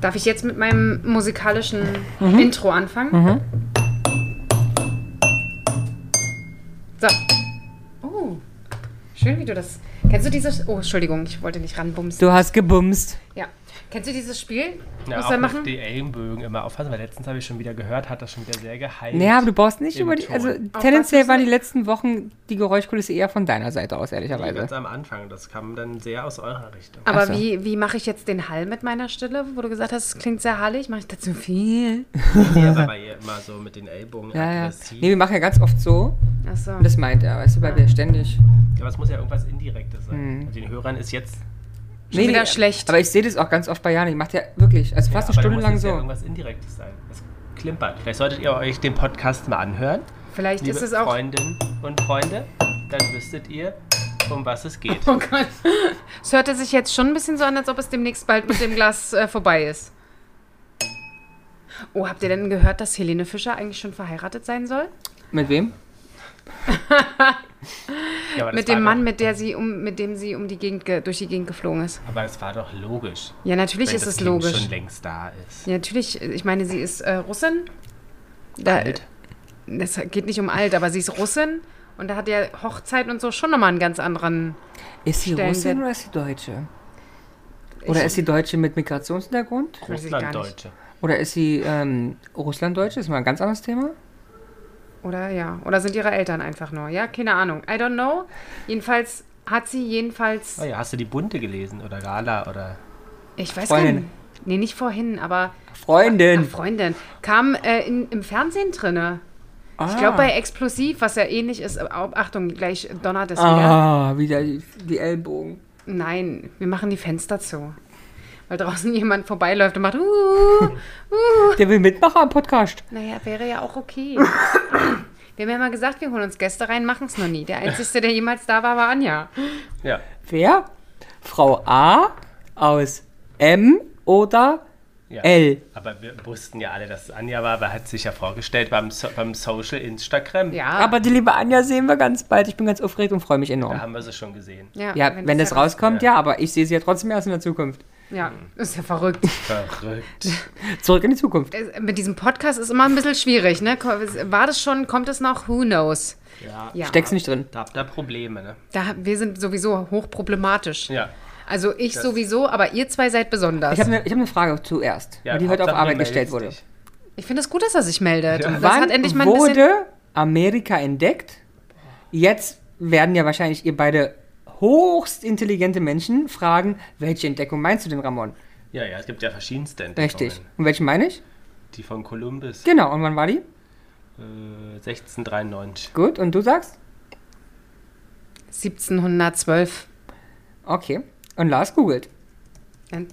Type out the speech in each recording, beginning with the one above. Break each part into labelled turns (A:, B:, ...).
A: Darf ich jetzt mit meinem musikalischen
B: Mhm.
A: Intro anfangen? So. Oh, schön, wie du das. Kennst du dieses. Oh, Entschuldigung, ich wollte nicht ranbumsen.
B: Du hast gebumst.
A: Ja. Kennst du dieses Spiel?
C: Ja,
A: Muss
C: auch
A: er
C: auf
A: machen?
C: die Ellenbögen immer aufpassen, weil letztens habe ich schon wieder gehört, hat das schon wieder sehr geheilt.
B: Naja, aber du brauchst nicht
C: Im
B: über die.
C: Ton.
B: Also
A: was
B: tendenziell
A: müssen
B: waren
A: wir-
B: die letzten Wochen die Geräuschkulisse eher von deiner Seite aus,
C: Nee,
B: ehrlicherweise.
C: Ganz am Anfang, das kam dann sehr aus eurer Richtung.
A: Aber
B: Ach so.
A: wie, wie mache ich jetzt den Hall mit meiner Stille, wo du gesagt hast, es klingt sehr hallig? Mache ich da zu viel?
C: Ja, aber weil ihr immer so mit den Ellbogen
B: Ja, ja.
C: aggressiv.
B: Nee, wir machen ja ganz oft so.
A: Achso.
B: Und das meint er, weißt du, weil wir ständig.
C: Aber es muss ja irgendwas Indirektes sein. Also Den Hörern ist jetzt
B: Nee,
A: wieder
B: nee,
A: schlecht.
B: Aber ich sehe das auch ganz oft bei Jana. Die macht ja wirklich, also fast eine
C: Ja, aber da
B: Stunde
C: muss
B: lang
C: jetzt
B: so.
C: Ja irgendwas Indirektes sein. Es klimpert. Vielleicht solltet ihr euch den Podcast mal anhören,
A: Vielleicht
C: liebe
A: ist es auch.
C: Freundinnen und Freunde. Dann wüsstet ihr, um was es geht.
A: Oh Gott. Es hörte sich jetzt schon ein bisschen so an, als ob es demnächst bald mit dem Glas äh, vorbei ist. Oh, habt ihr denn gehört, dass Helene Fischer eigentlich schon verheiratet sein soll?
B: Mit wem?
C: Ja, aber das
A: Mit dem
C: war
A: Mann, mit, der sie um, mit dem sie um die Gegend ge durch die Gegend geflogen ist.
C: Doch, aber das war doch logisch.
A: Ja, natürlich
C: wenn
A: ist
C: das
A: es
C: Kind
A: logisch.
C: schon längst da ist.
A: Ja, natürlich, ich meine, sie ist äh, Russin. Da,
C: Alt.
A: Es geht nicht um alt, aber sie ist Russin. Und da hat ja Hochzeit und so schon nochmal einen ganz anderen.
B: Ist sie
A: Stellen
B: Russin
A: wir-
B: oder ist sie Deutsche? Oder ist sie Deutsche mit Migrationshintergrund?
A: weiß ich gar nicht.
C: Russlanddeutsche.
B: Oder ist sie ähm, Russlanddeutsche? Ist mal ein ganz anderes Thema.
A: Oder ja. Oder sind ihre Eltern einfach nur. Ja, keine Ahnung. I don't know. Jedenfalls hat sie jedenfalls.
C: Oh ja, hast du die Bunte gelesen oder Gala oder
A: Ich weiß
B: Freundin.
A: gar nicht. Nee, nicht vorhin, aber
B: Freundin!
A: ach, Freundin. Kam äh, in, im Fernsehen drinne. Ich
B: Ah.
A: glaube bei Explosiv, was ja ähnlich ist. äh, au- Achtung, gleich donnert es wieder.
B: Ah, wieder die, die Ellbogen.
A: Nein, wir machen die Fenster zu. Weil draußen jemand vorbeiläuft und macht. Uh, uh.
B: Der will mitmachen am Podcast.
A: Naja, wäre ja auch okay. Wir haben ja mal gesagt, wir holen uns Gäste rein, machen es noch nie. Der Einzige, der jemals da war, war Anja.
C: Ja.
B: Wer? Frau A aus M oder
C: Ja.
B: L.
C: Aber wir wussten ja alle, dass es Anja war, aber hat sich ja vorgestellt beim, so beim Social Instagram.
A: Ja,
B: Aber die liebe Anja sehen wir ganz bald. Ich bin ganz aufgeregt und freue mich
C: Da
B: enorm.
C: haben wir sie schon gesehen.
B: Ja, wenn das
A: ja- halt
B: rauskommt, ja, aber ich sehe sie ja trotzdem erst in der Zukunft.
A: Ja,
B: Hm.
A: ist ja verrückt.
C: Verrückt.
B: Zurück in die Zukunft.
A: Es- Mit diesem Podcast ist immer ein bisschen schwierig, ne? Ko- War das schon, kommt es noch? Who knows?
C: Ja.
A: Ja,
B: Steck's nicht drin.
C: Da habt ihr Probleme, ne?
A: Da, wir sind sowieso hochproblematisch.
C: Ja.
A: Also ich sowieso, aber ihr zwei seid besonders.
B: Ich habe eine hab ne Frage zuerst,
C: ja
B: die heute auf
C: Hauptsache, du
B: Arbeit
C: meldest
B: gestellt wurde.
C: dich.
A: Ich finde es gut, dass er sich meldet.
C: Ja.
A: Und das
B: Wann
A: hat endlich mal ein bisschen...
B: wurde Amerika entdeckt? Jetzt werden ja wahrscheinlich ihr beide hochst intelligente Menschen fragen, welche Entdeckung meinst du denn, Ramon?
C: Ja, ja, es gibt ja verschiedenste Entdeckungen.
B: Richtig. Und welche meine ich?
C: Die von äh, Kolumbus, äh,
B: Genau, und wann war die?
C: 1693.
B: Gut, und du sagst?
A: 1712.
B: Okay. Und Lars googelt.
C: Der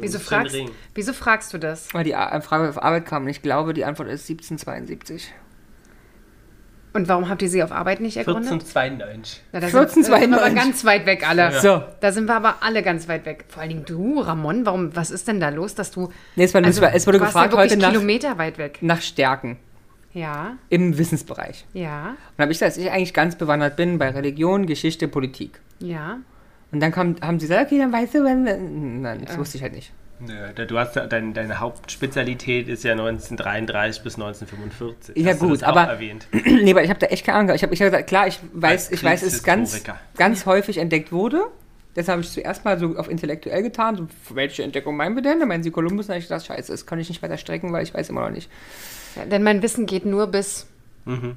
A: Wieso
C: Jungfrau
A: fragst,
C: Ring.
A: wieso fragst du das?
B: Weil die A- äh, Frage auf Arbeit kam und ich glaube, die Antwort ist 1772.
A: Und warum habt ihr sie auf Arbeit nicht ergründet?
C: 1492.
A: Na, da
B: 14,
A: sind, da sind wir aber
B: 92.
A: ganz weit weg alle.
B: So.
A: Da sind wir aber alle ganz weit weg. Vor allen Dingen du, Ramon, warum, was ist denn da los, dass du...
B: Nee, es, war, es, war, es wurde
A: Also, du warst
B: gefragt
A: ja
B: heute
A: wirklich
B: nach,
A: Kilometer weit weg.
B: nach Stärken
A: Ja,
B: im Wissensbereich.
A: ja,
B: Und habe ich gesagt, dass ich eigentlich ganz bewandert bin bei Religion, Geschichte, Politik.
A: ja.
B: Und dann kam, haben sie gesagt, okay, dann weißt du, wenn... wenn- Nein, das wusste ich halt nicht.
C: Nö, da- du hast ja, dein, deine Hauptspezialität ist ja 1933 bis 1945.
B: Ja,
C: Hast du
B: gut,
C: das auch
B: aber-
C: erwähnt.
B: nee, aber ich habe da echt keine Ahnung. gehabt. Ich habe ich hab gesagt, klar, ich weiß,
C: Als
B: ich weiß, es ist ganz,
C: Kriegshistoriker.
B: ganz häufig entdeckt wurde. Deshalb habe ich es zuerst mal so auf intellektuell getan. So, welche Entdeckung meinen wir denn? Dann meinen sie Kolumbus. Dann habe ich gedacht, scheiße, das kann ich nicht weiter strecken, weil ich weiß immer noch nicht.
A: ja denn mein Wissen geht nur bis...
C: Mhm.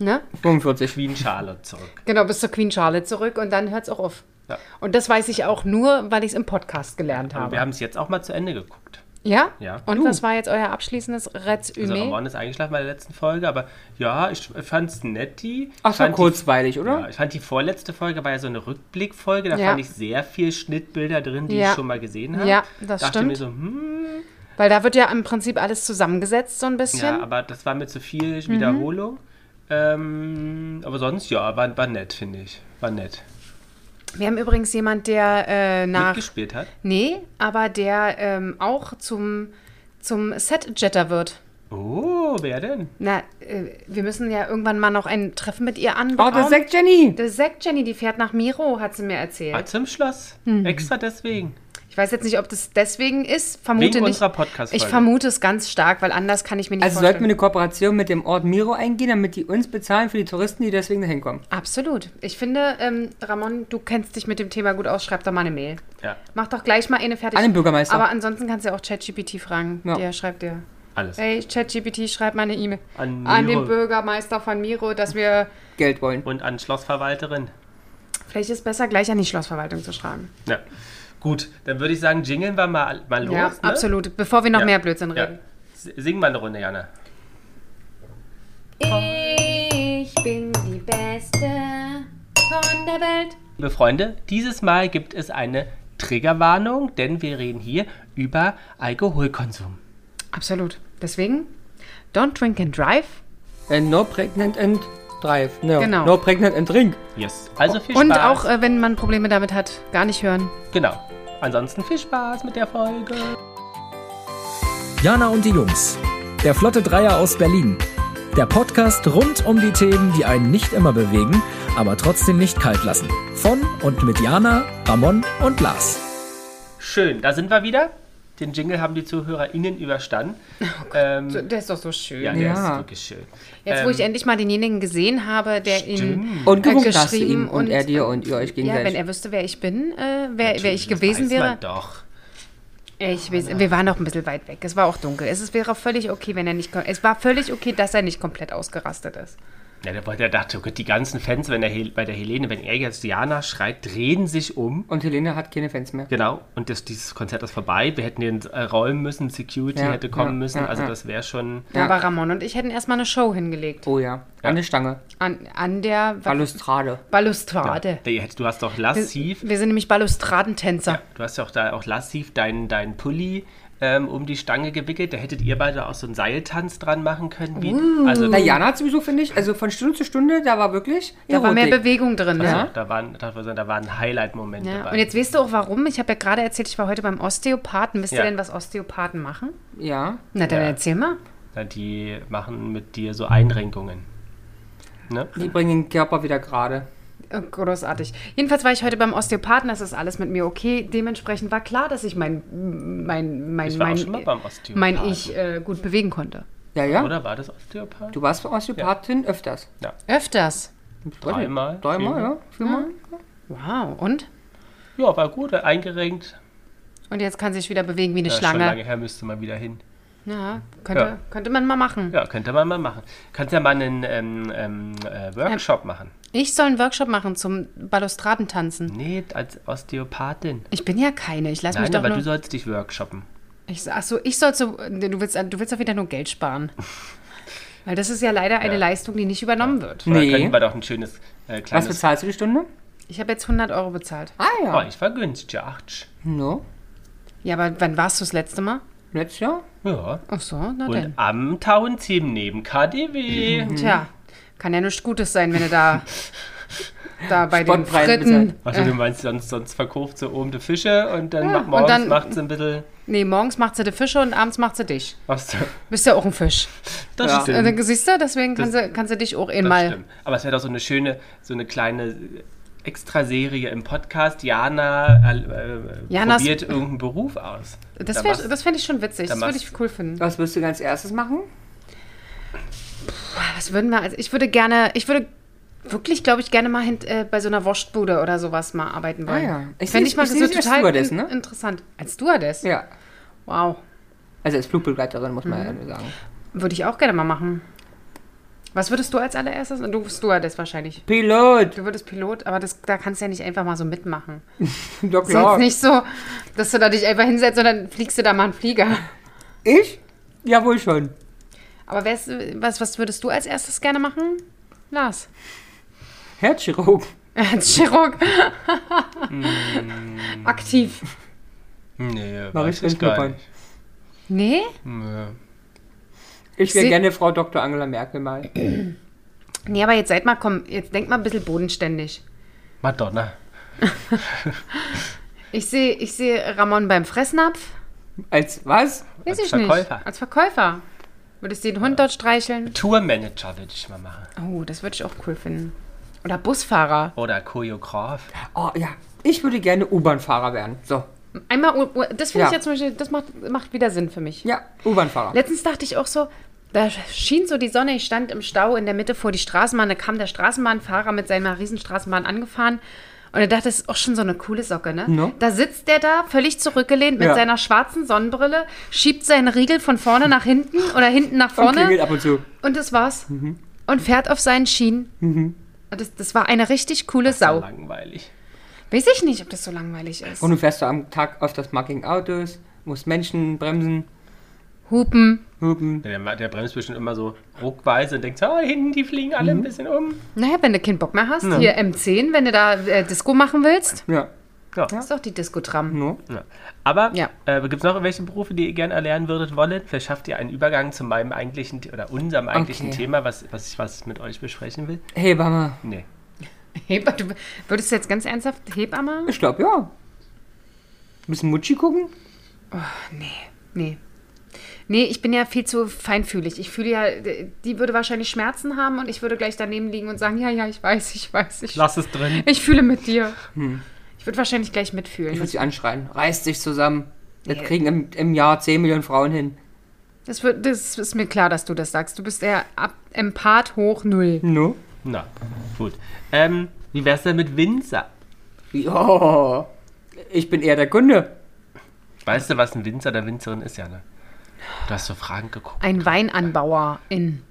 A: Ne?
B: 45.
C: Queen Charlotte zurück.
A: Genau, bis zur Queen Charlotte zurück und dann hört's auch auf.
C: Ja.
A: Und das weiß ich auch nur, weil ich es im Podcast gelernt
C: Aber
A: habe.
C: wir haben es jetzt auch mal zu Ende geguckt.
A: ja?
C: Ja.
A: Und
B: Du.
A: was war jetzt euer abschließendes Rezümee?
C: Also Ramon ist eingeschlafen bei der letzten Folge, aber ja, ich fand es nett, die.
B: Ach,
C: Ich
B: so
C: fand die-
B: kurzweilig, oder?
C: Ja, ich fand die vorletzte Folge war ja so eine Rückblickfolge. Da
A: Ja.
C: fand ich sehr viel Schnittbilder drin, die
A: Ja.
C: ich schon mal gesehen habe.
A: Ja, das
C: Dachte
A: stimmt.
C: mir so, hm,
A: Weil da wird ja im Prinzip alles zusammengesetzt so ein bisschen. Mhm.
C: ja, aber das war mir zu viel Wiederholung. Ähm, aber sonst, ja, war, war nett, finde ich. War nett.
A: Wir haben übrigens jemand, der äh, nach.
C: Mitgespielt hat.
A: Nee, aber der ähm, auch zum, zum Setjetter wird.
C: Oh, wer denn?
A: Na, äh, wir müssen ja irgendwann mal noch ein Treffen mit ihr
B: Oh,
A: anbauen.
B: das sagt Jenny.
A: Der Zack Jenny, die fährt nach Miro, hat sie mir erzählt. Mhm.
C: Ah, zum Schloss. Extra deswegen.
A: Ich weiß jetzt nicht, ob das deswegen ist. Vermute
C: Wegen
A: nicht.
C: unserer Podcast-Folge.
A: Ich vermute es ganz stark, weil anders kann ich mir nicht
B: Also sollten wir
A: vorstellen.
B: eine Kooperation mit dem Ort Miro eingehen, damit die uns bezahlen für die Touristen, die deswegen dahin kommen.
A: Absolut. Ich finde, ähm, Ramon, du kennst dich mit dem Thema gut aus, schreib doch mal eine Mail.
C: Ja,
A: Mach doch gleich mal eine fertig.
B: An den Bürgermeister.
A: Aber ansonsten kannst du ja auch ChatGPT fragen.
B: Ja.
A: Der schreibt dir.
C: alles.
A: Hey, ChatGPT, schreib mal eine E-Mail
C: An
A: an
C: Miro.
A: den Bürgermeister von Miro, dass wir.
B: Geld wollen.
C: Und an Schlossverwalterin.
A: Vielleicht ist besser, gleich an die Schlossverwaltung zu schreiben.
C: Ja. Gut, dann würde ich sagen, jingeln wir mal, mal los.
A: ja,
C: ne?
A: absolut. Bevor wir noch
C: Ja.
A: mehr Blödsinn
C: Ja.
A: reden.
C: S- Sing mal eine Runde, Jana.
A: Ich bin die Beste von der Welt.
C: Liebe Freunde, dieses Mal gibt es eine Triggerwarnung, denn wir reden hier über Alkoholkonsum.
A: Absolut. Deswegen, don't drink and drive.
B: And no pregnant and drive. No,
A: Genau. Mhm.
B: no pregnant and drink.
C: Yes. Also viel
A: Und
C: Spaß.
A: auch, äh, wenn man Probleme damit hat, gar nicht hören.
C: Genau. Ansonsten viel Spaß mit der Folge.
D: Jana und die Jungs. Der Flotte Dreier aus Berlin. Der Podcast rund um die Themen, die einen nicht immer bewegen, aber trotzdem nicht kalt lassen. Von und mit Jana, Ramon und Lars.
C: Schön, da sind wir wieder. Den Jingle haben die ZuhörerInnen überstanden.
A: Oh
C: ähm,
A: So, Der ist doch so schön.
C: ja, ähm, der
B: Ja.
C: ist wirklich schön.
A: Jetzt, wo ich endlich mal denjenigen gesehen habe, der ihn.
B: Und
A: Äh,
B: gewunken hast du
A: geschrieben
B: ihm und,
A: und-
B: er dir und ihr euch
A: Ja, wenn
B: gegenseitig.
A: er wüsste, wer ich bin, äh, wer, wer ich
C: Das
A: gewesen
C: weiß
A: wäre.
C: Man doch.
A: Ich weiß, wir waren noch ein bisschen weit weg. Es war auch dunkel. Es ist, wäre völlig okay, wenn er nicht. kom- Es war völlig okay, dass er nicht komplett ausgerastet ist.
C: Ja, der, der dachte, oh Gott, die ganzen Fans wenn der, Hel- bei der Helene, wenn er jetzt Diana schreit, drehen sich um.
B: und Helene hat keine Fans mehr.
C: Genau, und das, dieses Konzert ist vorbei. Wir hätten den äh, räumen müssen, Security
B: Ja,
C: hätte kommen
B: ja,
C: müssen.
B: ja,
C: also
B: ja.
C: das wäre schon.
B: Ja.
A: Aber Ramon und ich hätten erstmal eine Show hingelegt.
B: Oh ja. An der Stange.
A: An, an der Wa-
B: Balustrade.
A: Balustrade.
C: Der, du hast doch lassiv,
A: Wir sind nämlich Balustradentänzer.
C: du hast doch da auch lassiv deinen deinen Pulli ähm, um die Stange gewickelt. Da hättet ihr beide auch so einen Seiltanz dran machen können. Wie,
B: Uh,
C: also
B: Na, Jana hat sowieso, finde ich, also von Stunde zu Stunde, da war wirklich
A: Da war mehr
B: Erotik.
A: Bewegung drin. Ne?
C: ja. da waren, da war, da waren Highlight-Momente
A: Ja,
C: bei.
A: und jetzt weißt du auch warum. Ich habe ja gerade erzählt, ich war heute beim Osteopathen. Wisst ihr
C: Ja.
A: denn, was Osteopathen machen?
B: Ja.
A: Na dann
C: Ja.
A: erzähl mal.
C: Na, die machen mit dir so Einrenkungen. Ne?
B: Die bringen den Körper wieder gerade.
A: Oh, Großartig. Jedenfalls war ich heute beim Osteopathen, das ist alles mit mir okay. Dementsprechend war klar, dass ich mein, mein, mein,
C: Ich war auch schon mal
A: mein,
C: beim Osteopathen.
A: mein Ich äh, gut bewegen konnte.
B: Ja, ja.
C: Oder war das Osteopath?
B: Du warst bei Osteopathin öfters.
A: Öfters.
C: Dreimal,
B: Dreimal,
C: viermal.
B: ja. Viermal.
A: Wow. Und?
C: Ja, war gut, eingerenkt.
A: Und jetzt kann sie sich wieder bewegen wie eine
C: Ja, Schon
A: Schlange.
C: lange her müsste man wieder hin.
A: Ja, könnte,
C: Ja.
A: könnte man mal machen.
C: Ja, könnte man mal machen. Kannst ja mal einen ähm, ähm, äh, Workshop machen.
A: Ich soll einen Workshop machen zum Balustradentanzen.
C: Nee, als Osteopathin.
A: Ich bin ja keine. Ich lasse mich
C: Nein,
A: doch
C: aber du
A: nur.
C: sollst dich workshoppen.
A: Ich, ach so, ich soll zu. nee, Du willst, du willst doch wieder nur Geld sparen. Weil das ist ja leider eine
C: Ja.
A: Leistung, die nicht übernommen wird.
C: Oder
B: Nee.
C: könnten wir doch ein schönes äh,
B: Was
C: kleines...
B: bezahlst du die Stunde?
A: Ich habe jetzt 100 Euro bezahlt.
B: Ah
C: Oh,
B: ja.
C: ich war günstig, ja. Ach,
B: No.
A: Ja, aber wann warst du das letzte Mal?
B: Letztes Jahr?
C: ja.
A: Ach so, na
C: Und
A: denn.
C: am Townsheim neben KDW.
A: Tja, kann ja nichts Gutes sein, wenn du da, da bei den
B: Spottpreise
A: Fritten.
C: Also du meinst, sonst, sonst verkauft sie oben die Fische und dann macht
A: Äh. und
C: morgens
A: dann-
C: macht sie ein bisschen...
A: Nee, morgens macht sie die Fische und abends macht sie dich.
C: Was,
A: Bist ja auch ein Fisch.
C: das
B: Ja.
C: stimmt.
A: Also, siehst du, deswegen kann, sie, kann sie dich auch
C: Das
A: einmal.
C: stimmt. Aber es wäre doch so eine schöne, so eine kleine Extraserie im Podcast. Jana äh, äh,
A: Janas-
C: probiert irgendeinen Beruf aus.
A: Das,
C: Da
A: wär,
C: machst-
A: das fände ich schon witzig.
C: da
A: Das würde
C: machst-
A: ich cool finden.
B: Was wirst du ganz erstes machen?
A: Was würden wir als. Ich würde gerne. Ich würde wirklich, glaube ich, gerne mal hint, äh, bei so einer Wurstbude oder sowas mal arbeiten wollen.
B: Ah ja. Ich
A: Fänd
B: seh's- ich seh's als Stewardess, ne?
A: interessant. Als Stewardess?
B: Ja. Mhm.
A: Wow.
B: Also als Flugbegleiterin, muss man ja sagen.
A: Würde ich auch gerne mal machen. Was würdest du als allererstes? Und du Stewardess wahrscheinlich.
B: Pilot!
A: Du würdest Pilot, aber das, da kannst du ja nicht einfach mal so mitmachen.
B: Doch,
A: Das ist jetzt nicht so, dass du da dich einfach hinsetzt und dann fliegst du da mal einen Flieger.
B: Ich? Jawohl schon.
A: Aber wer ist, was, was würdest du als erstes gerne machen? Lars.
B: Herzchirurg.
A: Als Chirurg.
B: Mm.
A: Aktiv.
C: Nee,
B: Mach
C: weiß
B: ich
C: ich gar
B: Windnuppern.
C: nicht.
A: Nee?
C: Nee.
B: Ich wäre
A: Sie-
B: gerne Frau Dr. Angela Merkel mal.
A: Nee, aber jetzt seid mal, komm, jetzt denk mal ein bisschen bodenständig.
C: Madonna.
A: Ich sehe ich sehe Ramon beim Fressnapf.
B: Als was?
A: Weiß
C: Als
A: ich nicht.
C: Verkäufer.
A: Als Verkäufer. Würdest du den Hund dort streicheln?
C: Tourmanager würde ich mal machen.
A: Oh, das würde ich auch cool finden. Oder Busfahrer.
C: Oder Choreograf.
B: Oh ja. Ich würde gerne U-Bahn-Fahrer werden. So.
A: Einmal, U- U- das finde
B: Ja.
A: ich jetzt zum Beispiel, das macht, macht wieder Sinn für mich.
B: Ja, U-Bahn-Fahrer.
A: Letztens dachte ich auch so, da schien so die Sonne, ich stand im Stau in der Mitte vor die Straßenbahn, da kam der Straßenbahnfahrer mit seiner Riesenstraßenbahn angefahren und er dachte, das ist auch schon so eine coole Socke, ne?
B: No.
A: Da sitzt der da, völlig zurückgelehnt mit
B: Ja.
A: seiner schwarzen Sonnenbrille, schiebt seinen Riegel von vorne nach hinten oder hinten nach
B: Und
A: vorne
B: klingelt ab und zu.
A: und das war's. Und fährt auf seinen Schienen. Und Das, das war eine richtig coole Sau.
C: Langweilig.
A: Weiß ich nicht, ob das so langweilig ist.
B: Und du fährst du am Tag öfters mal gegen Autos, musst Menschen bremsen,
A: Hupen.
B: hupen.
C: Der, der bremst bestimmt immer so ruckweise und denkt, so, oh, hinten, die fliegen alle
A: Mhm.
C: ein bisschen um.
A: Naja, wenn du keinen Bock mehr hast, hier M10, wenn du da äh, Disco machen willst,
B: Ja,
C: Ja.
A: ist doch die Disco-Tram.
B: nur.
C: Ja. Aber
A: Ja.
C: äh, gibt es noch irgendwelche Berufe, die ihr gerne erlernen würdet wollen? Vielleicht schafft ihr einen Übergang zu meinem eigentlichen The- oder unserem eigentlichen
B: Okay.
C: Thema, was, was ich was mit euch besprechen will.
B: Hey, Mama.
C: Nee.
A: Heber, du würdest du jetzt ganz ernsthaft Hebamme?
B: Ich glaube, ja. Ein bisschen Mutschi gucken?
A: Nee. Nee, ich bin ja viel zu feinfühlig. Ich fühle ja, die würde wahrscheinlich Schmerzen haben und ich würde gleich daneben liegen und sagen, ja, ja, ich weiß, ich weiß, ich,
C: Lass es drin.
A: ich fühle mit dir. Ich würde wahrscheinlich gleich
B: Hm. Ich
A: mitfühlen.
B: würde sie anschreien. Reißt sich zusammen. Das
A: Nee.
B: kriegen im, im Jahr 10 Millionen Frauen hin.
A: Das, wird, das ist mir klar, dass du das sagst. Du bist eher ab, Empath hoch null.
B: No.
C: Na, gut. Ähm, wie wär's denn mit Winzer?
B: Ja. Ich bin eher der Kunde.
C: Weißt du, was ein Winzer oder Winzerin ist, Jana? Du hast so Fragen geguckt.
A: Ein Weinanbauer in.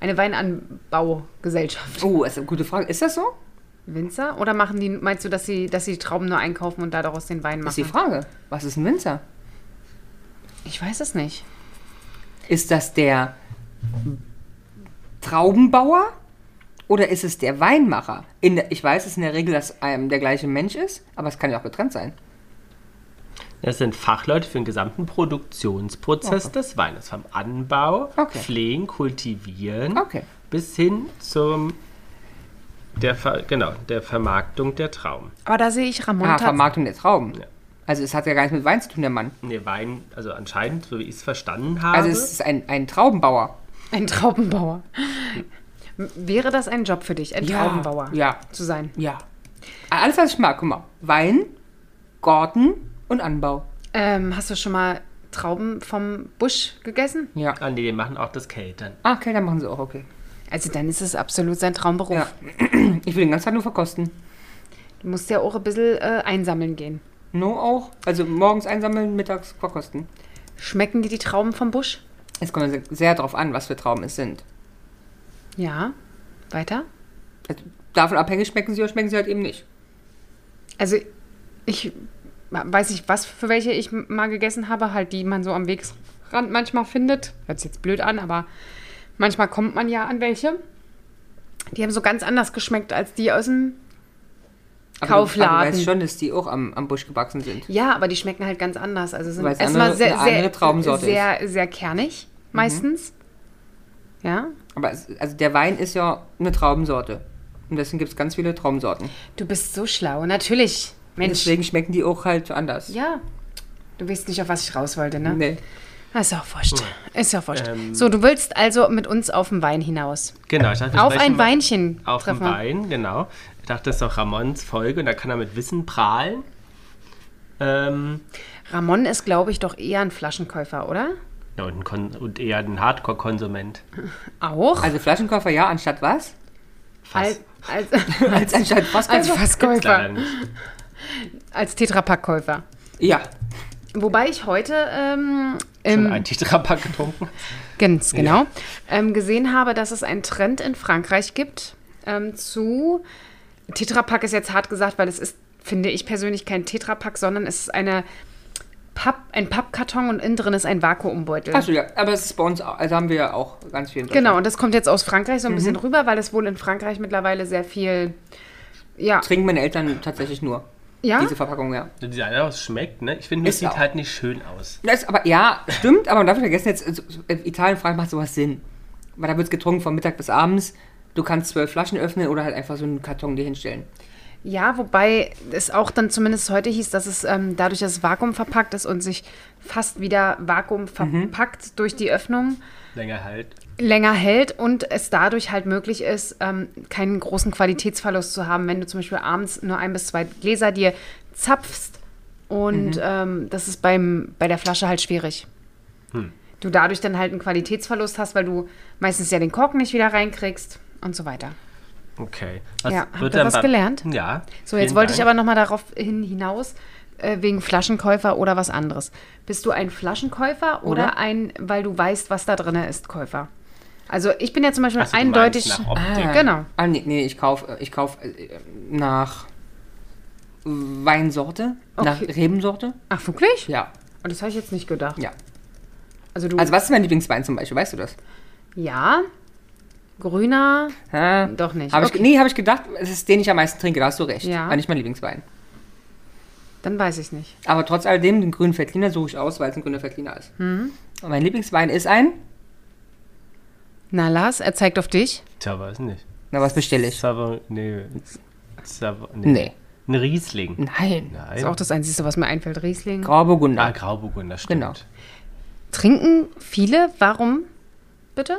A: Eine Weinanbaugesellschaft.
B: Oh, das ist eine gute Frage. Ist das so?
A: Winzer? Oder machen die, meinst du, dass sie, dass sie die Trauben nur einkaufen und da daraus den Wein
B: Das ist die
A: machen?
B: Frage. Was ist ein Winzer?
A: Ich weiß es nicht.
B: Ist das der Traubenbauer oder ist es der Weinmacher? In der, ich weiß es in der Regel, dass einem der gleiche Mensch ist, aber es kann ja auch getrennt sein.
C: Das sind Fachleute für den gesamten Produktionsprozess des Weines. Vom Anbau,
B: Okay.
C: Pflegen, Kultivieren
B: Okay.
C: bis hin zum der Ver genau, der Vermarktung der Trauben.
A: Aber da sehe ich Ramon
B: Ah,
A: tats-
B: Vermarktung der Trauben.
C: Ja.
B: Also es hat ja gar nichts mit Wein zu tun, der Mann.
C: Ne, Wein, also anscheinend, so wie ich es verstanden habe.
B: Also es ist ein, ein Traubenbauer.
A: Ein Traubenbauer. M- Wäre das ein Job für dich, ein
B: Ja,
A: Traubenbauer
B: ja.
A: zu sein?
B: Ja. Alles, was ich mag, guck mal. Wein, Garten und Anbau.
A: Ähm, hast du schon mal Trauben vom Busch gegessen?
B: Ja.
C: ah, nee, die machen auch das Keltern.
B: Ach, okay, dann machen sie auch, okay.
A: Also dann ist es absolut sein Traumberuf.
B: Ja. Ich will den ganzen Tag nur verkosten.
A: Du musst ja auch ein bisschen äh, einsammeln gehen.
B: No auch. Also morgens einsammeln, mittags verkosten.
A: Schmecken dir die Trauben vom Busch?
B: Es kommt sehr- sehr darauf an, was für Trauben es sind.
A: Ja. Weiter?
B: Also davon abhängig schmecken sie oder schmecken sie halt eben nicht.
A: Also ich weiß nicht, was für welche ich m- mal gegessen habe, halt die man so am Wegsrand manchmal findet. Hört sich jetzt blöd an, aber manchmal kommt man ja an welche. Die haben so ganz anders geschmeckt als die aus dem
B: Aber Du, aber
A: Kaufladen.
B: du weißt schon, dass die auch am, am Busch gewachsen sind.
A: Ja, aber die schmecken halt ganz anders. Also sind
B: Weil es
A: erstmal
B: andere-
A: sehr,
B: eine andere
A: sehr,
B: Traubensorte
A: sehr, sehr kernig meistens.
B: Mhm.
A: Ja.
B: Aber es, also der Wein ist ja eine Traubensorte. Und deswegen gibt es ganz viele Traubensorten.
A: Du bist so schlau, natürlich. Mensch.
B: Deswegen schmecken die auch halt anders.
A: Ja. Du weißt nicht, auf was ich raus wollte, ne?
B: Nee. Oh.
A: Ist ja auch wurscht. Ist ja auch wurscht.
C: Ähm.
A: so, du willst also mit uns auf den Wein hinaus.
C: Genau, ich dachte, wir
A: Auf
C: sprechen
A: ein
C: mal-
A: Weinchen
C: Auf dem
A: treffen wir.
C: Wein, genau. Ich dachte, das ist doch Ramons Folge und da kann er mit Wissen prahlen. Ähm,
A: Ramon ist, glaube ich, doch eher ein Flaschenkäufer, oder?
C: ja, und, ein Kon und eher ein Hardcore-Konsument.
A: Auch?
B: Also Flaschenkoffer ja, anstatt was?
A: Als,
C: Fast.
A: als,
B: Als anstatt was?
A: als
C: Leider
A: Fasskäufer,
C: nicht.
A: als Tetrapackkäufer.
B: Ja.
A: Wobei ich heute ähm,
C: Schon
A: im,
C: einen Tetrapack getrunken.
A: ganz genau ähm, gesehen habe, dass es einen Trend in Frankreich gibt ähm, zu Tetrapack ist jetzt hart gesagt, weil es ist, finde ich persönlich, kein Tetrapack, sondern es ist eine Papp, ein Pappkarton und innen drin ist ein Vakuumbeutel.
B: Achso, ja. Aber es ist bei uns, auch- also haben wir ja Mhm. auch ganz viel. in
A: Genau,
B: Deutschland.
A: und das kommt jetzt aus Frankreich so ein bisschen rüber, weil es wohl in Frankreich mittlerweile sehr viel. Ja,
B: Trinken meine Eltern tatsächlich nur.
A: ja?
B: Diese Verpackung, ja.
C: Die sehen aus, schmeckt, ne? Ich finde, es
B: Ist
C: sieht
B: auch.
C: halt nicht schön aus.
B: Das, aber ja, stimmt, aber man darf nicht vergessen, jetzt also, in Italien frage ich, macht sowas Sinn. Weil da wird getrunken von Mittag bis abends. Du kannst zwölf Flaschen öffnen oder halt einfach so einen Karton dir hinstellen.
A: ja, wobei es auch dann zumindest heute hieß, dass es ähm, dadurch, dass es Vakuum verpackt ist und sich fast wieder
B: Mhm.
A: Vakuum verpackt durch die Öffnung,
C: Länger halt.
A: länger hält und es dadurch halt möglich ist, ähm, keinen großen Qualitätsverlust zu haben, wenn du zum Beispiel abends nur ein bis zwei Gläser dir zapfst Und
C: Mhm.
A: ähm, das ist beim, bei der Flasche halt schwierig.
C: Hm.
A: Du dadurch dann halt einen Qualitätsverlust hast, weil du meistens ja den Korken nicht wieder reinkriegst und so weiter.
C: Okay. Was
A: Ja, habt
C: wird
A: ihr
C: dann
A: was
C: bei-
A: gelernt?
C: Ja.
A: So, jetzt
C: vielen
A: wollte ich
C: Dank.
A: aber nochmal darauf hin, hinaus, äh, wegen Flaschenkäufer oder was anderes. Bist du ein Flaschenkäufer oder,
B: Oder?
A: ein, weil du weißt, was da drin ist, Käufer? Also ich bin ja zum Beispiel
C: Ach so, du
A: eindeutig.
C: meinst nach Optik.
A: Ah, genau.
B: Ah, nee, nee ich kaufe ich kauf, äh, nach Weinsorte, nach
A: Okay.
B: Rebensorte.
A: Ach, wirklich?
B: Ja,
A: Und das habe ich jetzt nicht gedacht.
B: ja.
A: Also du.
B: Also was ist mein Lieblingswein zum Beispiel, weißt du das?
A: ja. Grüner.
B: Hä?
A: Doch nicht.
B: Hab ich,
A: Okay.
B: Nee, habe ich gedacht, es ist den ich am meisten trinke, da hast du recht.
A: Ja.
B: War nicht mein Lieblingswein.
A: Dann weiß ich nicht.
B: Aber trotz alledem, den grünen Veltliner suche ich aus, weil es ein grüner Veltliner ist.
A: Mhm.
B: Und mein Lieblingswein ist ein,
A: Na, Lars, er zeigt auf dich.
C: Tja, weiß nicht.
B: na was bestelle ich?
C: Savon, nee. Savon,
B: Nee.
C: Ein Riesling.
B: Nein.
C: Nein.
A: Ist auch das Einzige, was mir einfällt. Riesling.
C: ah,
B: Grauburgunder.
C: Grauburgunder, stimmt.
B: Genau.
A: Trinken viele. Warum? Bitte?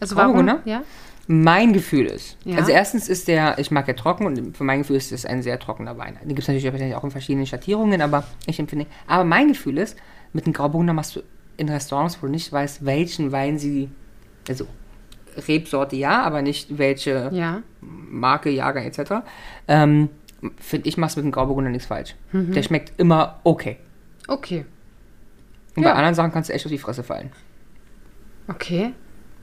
A: Also warum?
B: Grauburgunder?
A: Ja.
B: Mein Gefühl ist,
A: Ja.
B: also erstens ist der, ich mag ja trocken und für mein Gefühl ist es ein sehr trockener Wein. Den gibt es natürlich wahrscheinlich auch in verschiedenen Schattierungen, aber ich empfinde, aber mein Gefühl ist, mit einem Grauburgunder machst du in Restaurants, wo du nicht weißt, welchen Wein sie, also Rebsorte ja, aber nicht welche
A: Ja.
B: Marke, Jahrgang etc. Ähm, Finde ich, machst du mit dem Grauburgunder nichts falsch.
A: Mhm.
B: Der schmeckt immer okay.
A: Okay.
B: Und
A: Ja.
B: bei anderen Sachen kannst du echt auf die Fresse fallen.
A: Okay.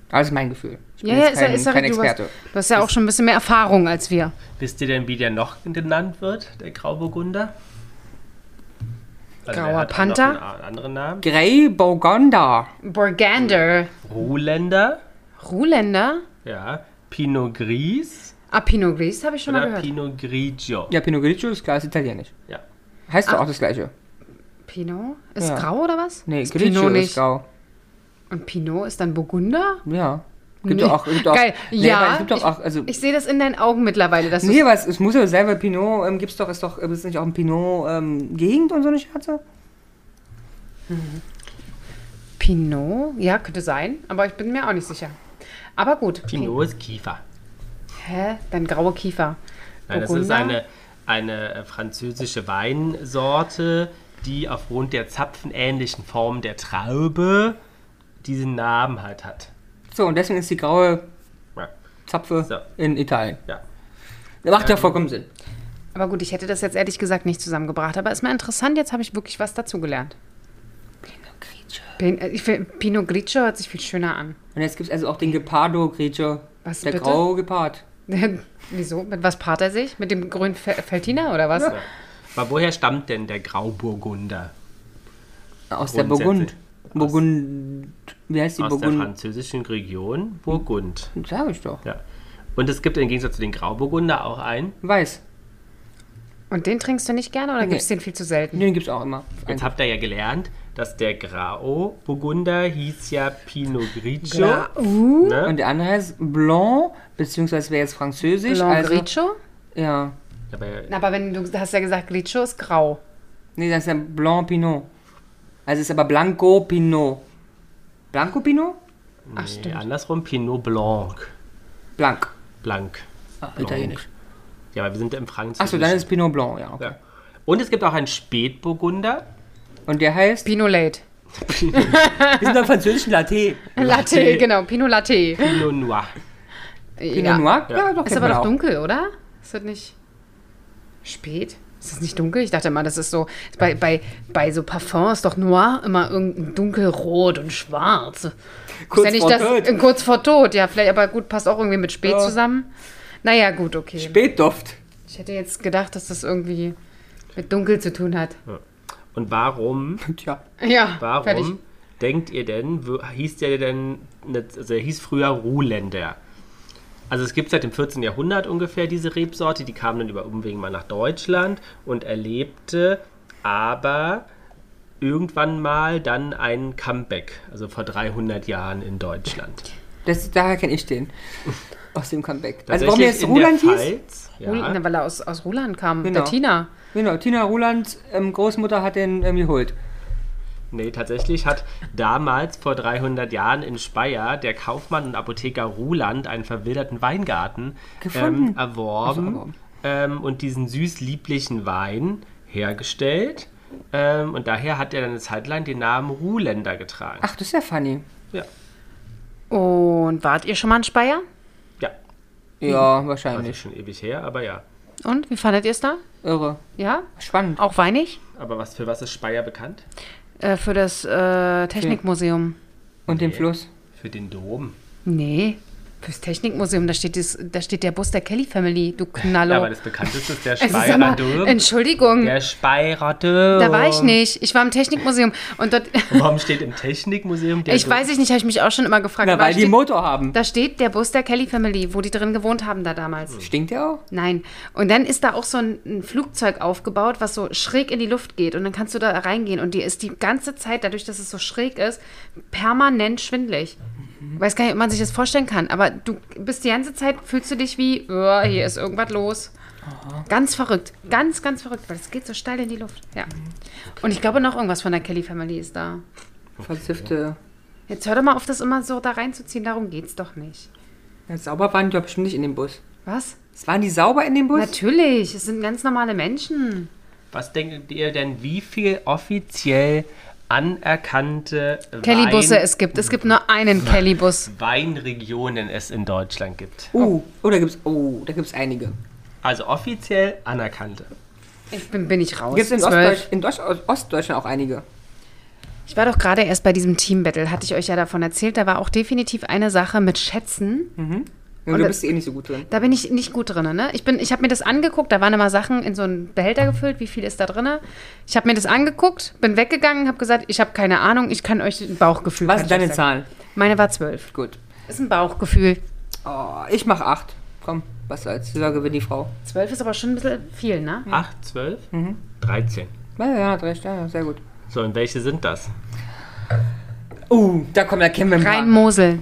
B: Das ist mein Gefühl. Ich bin
A: Ja, ja,
B: jetzt
A: ist,
B: kein,
A: ja- ist ja
B: kein
A: richtig. Du hast,
B: Experte.
A: du hast ja auch schon ein bisschen mehr Erfahrung als wir.
C: Wisst ihr denn, wie der noch genannt wird, der Grauburgunder? der
A: Grauer
C: hat auch noch
A: Panther?
C: einen a- anderen Namen.
B: Grey Burgunder.
A: Burgander,
C: Ruländer,
A: Ruländer,
C: ja. Pinot Gris
A: ah, Pinot Gris habe ich schon mal
C: oder
A: gehört.
C: Pinot Grigio.
B: Ja, Pinot Grigio ist klar, ist italienisch.
C: Ja.
B: Heißt
A: Ah,
B: doch auch das gleiche.
A: Pinot? Ist
B: Ja.
A: grau oder was?
B: Nee,
A: ist
B: Grigio
A: Pinot
B: ist
A: nicht.
B: grau.
A: Und Pinot ist dann Burgunder?
B: Ja. Gibt
A: Nee.
B: doch auch, gibt doch auch,
A: Geil.
B: Nee,
A: Ja,
B: aber es gibt doch
A: ich-
B: auch, also,
A: Ich sehe das in deinen Augen mittlerweile. Dass
B: nee,
A: nee,
B: aber es, es muss ja selber Pinot, ähm, gibt's doch, ist doch, ist nicht auch ein Pinot-Gegend und so eine Scheiße?
A: Pinot? Ja, könnte sein, aber ich bin mir auch nicht sicher. Aber gut.
C: Pinot ist Kiefer.
A: Hä? Dann graue Kiefer.
C: Nein, das ist eine, eine äh, französische Weinsorte, die aufgrund der zapfenähnlichen Form der Traube diesen Namen halt hat.
B: So, und deswegen ist die graue
C: Ja.
B: Zapfe
C: So.
B: in Italien.
C: ja. Ähm,
B: Macht ja vollkommen Sinn.
A: Aber gut, ich hätte das jetzt ehrlich gesagt nicht zusammengebracht. Aber ist mir interessant, jetzt habe ich wirklich was dazugelernt. Pin- äh, ich find, Pinot Grigio hört sich viel schöner an.
B: Und jetzt gibt es also auch den Gepardo Grigio.
A: Was
B: der
A: bitte?
B: graue Gepard.
A: Wieso? Mit was paart er sich? Mit dem grünen Fe Feltiner oder was?
C: Aber woher stammt denn der Grauburgunder?
B: Ah, Aus der Burgund.
C: Grundsätzlich.
B: Burgund. Wie heißt die
C: Aus der
B: Burgund?
C: französischen Region Burgund.
B: Sag ich doch.
C: Ja. Und es gibt im Gegensatz zu den Grauburgunder auch einen.
B: Weiß.
A: Und den trinkst du nicht gerne oder gibst du den viel zu selten?
B: Den gibt es auch immer.
C: Jetzt habt ihr ja gelernt, dass der Grauburgunder hieß ja Pinot Grigio.
A: Gra-
C: ne?
B: Und der andere heißt Blanc, beziehungsweise wäre jetzt französisch.
A: Blanc
B: also,
A: Grigio?
B: Ja.
C: Aber
A: Na, Aber wenn du hast ja gesagt, Grigio ist grau.
B: Nee, das ist ja Blanc Pinot. Also ist aber Blanco Pinot. Blanco Pinot?
A: Ach
C: nee,
A: stimmt.
C: andersrum Pinot Blanc.
B: Blanc.
C: Blanc.
B: Ah, Italienisch.
C: Ja, aber wir sind im Französischen.
B: Achso, dann ist Pinot Blanc, ja. Okay.
C: ja. Und es gibt auch einen Spätburgunder.
B: Und der heißt.
A: Pinot Late.
B: Wir sind am französischen Latte.
A: Latte, genau, Pinot Latte.
C: Pinot Noir.
B: Pinot Noir? Ja, doch,
A: Ist
B: kennt
A: aber
B: man
A: doch
B: auch.
A: dunkel, oder? Ist das nicht spät? Ist das nicht dunkel? Ich dachte immer, das ist so, bei, bei, bei so Parfum ist doch noir immer irgendein dunkelrot und schwarz. Ist
B: Kurz
A: ja nicht
B: vor
A: das,
B: Tod.
A: äh, Kurz vor Tod, ja, vielleicht, aber gut, passt auch irgendwie mit spät
B: Ja.
A: zusammen. Naja, gut, okay.
B: Spätduft.
A: Ich hätte jetzt gedacht, dass das irgendwie mit dunkel zu tun hat.
C: Und warum,
B: Tja.
A: Ja,
C: warum
A: fertig.
C: denkt ihr denn, wo- hieß der denn, nicht- also er hieß früher Ruländer. Also es gibt seit dem 14. Jahrhundert ungefähr diese Rebsorte, die kam dann über Umwegen mal nach Deutschland und erlebte aber irgendwann mal dann ein Comeback, also vor 300 Jahren in Deutschland.
B: Das, daher kenne ich den. Aus dem Comeback. Also
C: Tatsächlich
B: warum jetzt
C: in der
B: Ruland hieß?
C: Pfalz,
A: Ruhl-
C: ja,
A: Na, ne, weil er aus, aus Ruland kam,
B: Genau.
A: der Tina.
B: Genau, Tina Rulands ähm, Großmutter hat den ähm, geholt.
C: Nee, tatsächlich hat damals vor 300 Jahren in Speyer der Kaufmann und Apotheker Ruland einen verwilderten Weingarten ähm,
B: Gefunden.
C: erworben
B: Also erworben.
C: ähm, und diesen süß-lieblichen Wein hergestellt. Ähm, und daher hat er dann eine Zeit lang den Namen Ruhländer getragen.
B: Ach, das ist ja funny.
C: Ja.
A: Und wart ihr schon mal in Speyer?
C: Ja.
B: Ja,
C: Das ist
B: wahrscheinlich.
C: schon ewig her, aber ja.
A: Und wie fandet ihr es da?
B: Irre.
A: Ja?
B: Spannend.
A: Auch weinig?
C: Aber was für was ist Speyer bekannt?
A: Äh, für das äh, Technikmuseum.
B: Und den
C: Nee.
B: Fluss.
C: Für den Dom.
A: Nee. Fürs Technikmuseum, da steht, dies, da steht der Bus der Kelly Family, du Knallo.
C: Ja, aber das bekannteste ist der
A: es ist
C: Speyerer
A: aber,
C: Dom.
A: Entschuldigung,
C: Der Speyerer Dom.
A: da war ich nicht. Ich war im Technikmuseum und dort,
C: Warum steht im Technikmuseum der
A: ich
C: Dom?
A: weiß ich nicht, habe ich mich auch schon immer gefragt.
B: Na,
A: aber
B: weil die einen
A: steht,
B: Motor haben.
A: da steht der Bus der Kelly Family, wo die drin gewohnt haben da damals.
B: Stinkt der auch?
A: Nein. Und dann ist da auch so ein, ein Flugzeug aufgebaut, was so schräg in die Luft geht. Und dann kannst du da reingehen. Und dir ist die ganze Zeit, dadurch, dass es so schräg ist, permanent schwindelig. Weiß gar nicht, ob man sich das vorstellen kann. Aber du bist die ganze Zeit, fühlst du dich wie, "Oh, hier ist irgendwas los. Ganz verrückt. Ganz, ganz verrückt, weil es geht so steil in die Luft. Ja. Und ich glaube, noch irgendwas von der Kelly Family ist da.
B: Verzifte.
A: Jetzt hör doch mal auf, das immer so da reinzuziehen. Darum geht's doch nicht.
B: Ja, sauber waren die doch bestimmt nicht in dem Bus.
A: Was?
B: Waren die sauber in dem Bus?
A: Natürlich. Es sind ganz normale Menschen.
C: Was denkt ihr denn, wie viel offiziell anerkannte
A: Kellybusse
C: Wein
A: es gibt. Es gibt nur einen Kellybus.
C: Weinregionen es in Deutschland gibt?
B: Oh, oh, da gibt's, oh, da gibt's einige.
C: Also offiziell anerkannte.
A: Ich bin, bin ich raus.
B: Gibt's in,
A: Zwölf.
B: Ostdeutsch, in Deutsch, Ost- Ostdeutschland auch einige.
A: Ich war doch gerade erst bei diesem Teambattle, hatte ich euch ja davon erzählt. Da war auch definitiv eine Sache mit Schätzen.
B: Nur
A: Und
B: du
A: das-
B: bist eh nicht so gut drin.
A: Da bin ich nicht gut drin. Ne? Ich, bin- ich habe mir das angeguckt, da waren immer Sachen in so einen Behälter gefüllt, wie viel ist da drin? Ich habe mir das angeguckt, bin weggegangen, habe gesagt, ich habe keine Ahnung, ich kann euch ein Bauchgefühl kann
B: Was ist
A: ich euch
B: deine
A: sagen.
B: Zahl?
A: Meine war zwölf.
B: Gut.
A: Ist ein Bauchgefühl.
B: Oh, ich mach acht. Komm, was soll's. Dieser gewinnt die Frau.
A: Zwölf ist aber schon ein bisschen viel, ne?
C: 8, 12, 13.
B: Ja, ja, hat recht. Ja, ja, sehr gut.
C: So, und welche sind das?
B: Uh, da kommen, da kennen wir ein paar.
A: Rhein-Mosel.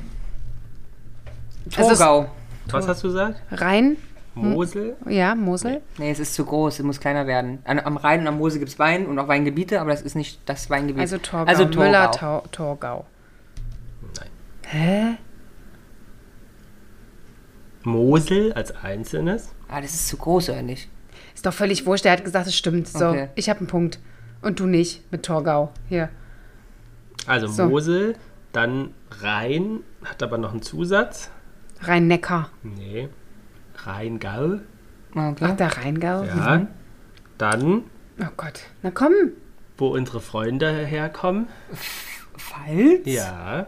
A: also es-
B: Torgau.
C: Was hast du gesagt?
A: Rhein,
C: Mosel?
A: ja, Mosel.
B: Nee, es ist zu groß, es muss kleiner werden. An, am Rhein und am Mosel gibt's Wein und auch Weingebiete, aber das ist nicht das Weingebiet.
A: Also Torgau.
B: Also Torgau.
A: Müller, Tau Torgau.
C: Nein.
A: Hä?
C: Mosel als einzelnes?
B: ah, das ist zu groß, oder nicht?
A: Ist doch völlig wurscht. Der hat gesagt, es stimmt. So,
B: Okay.
A: ich habe einen Punkt. Und du nicht mit Torgau. Hier.
C: Also
A: So.
C: Mosel, dann Rhein, hat aber noch einen Zusatz.
A: Rhein-Neckar.
C: Nee. Rheingau.
B: Ah,
A: Ach,
B: Okay.
A: der Rheingau.
C: Ja. Dann,
A: Oh Gott. Na komm.
C: wo unsere Freunde herkommen.
B: Pfalz?
C: Ja.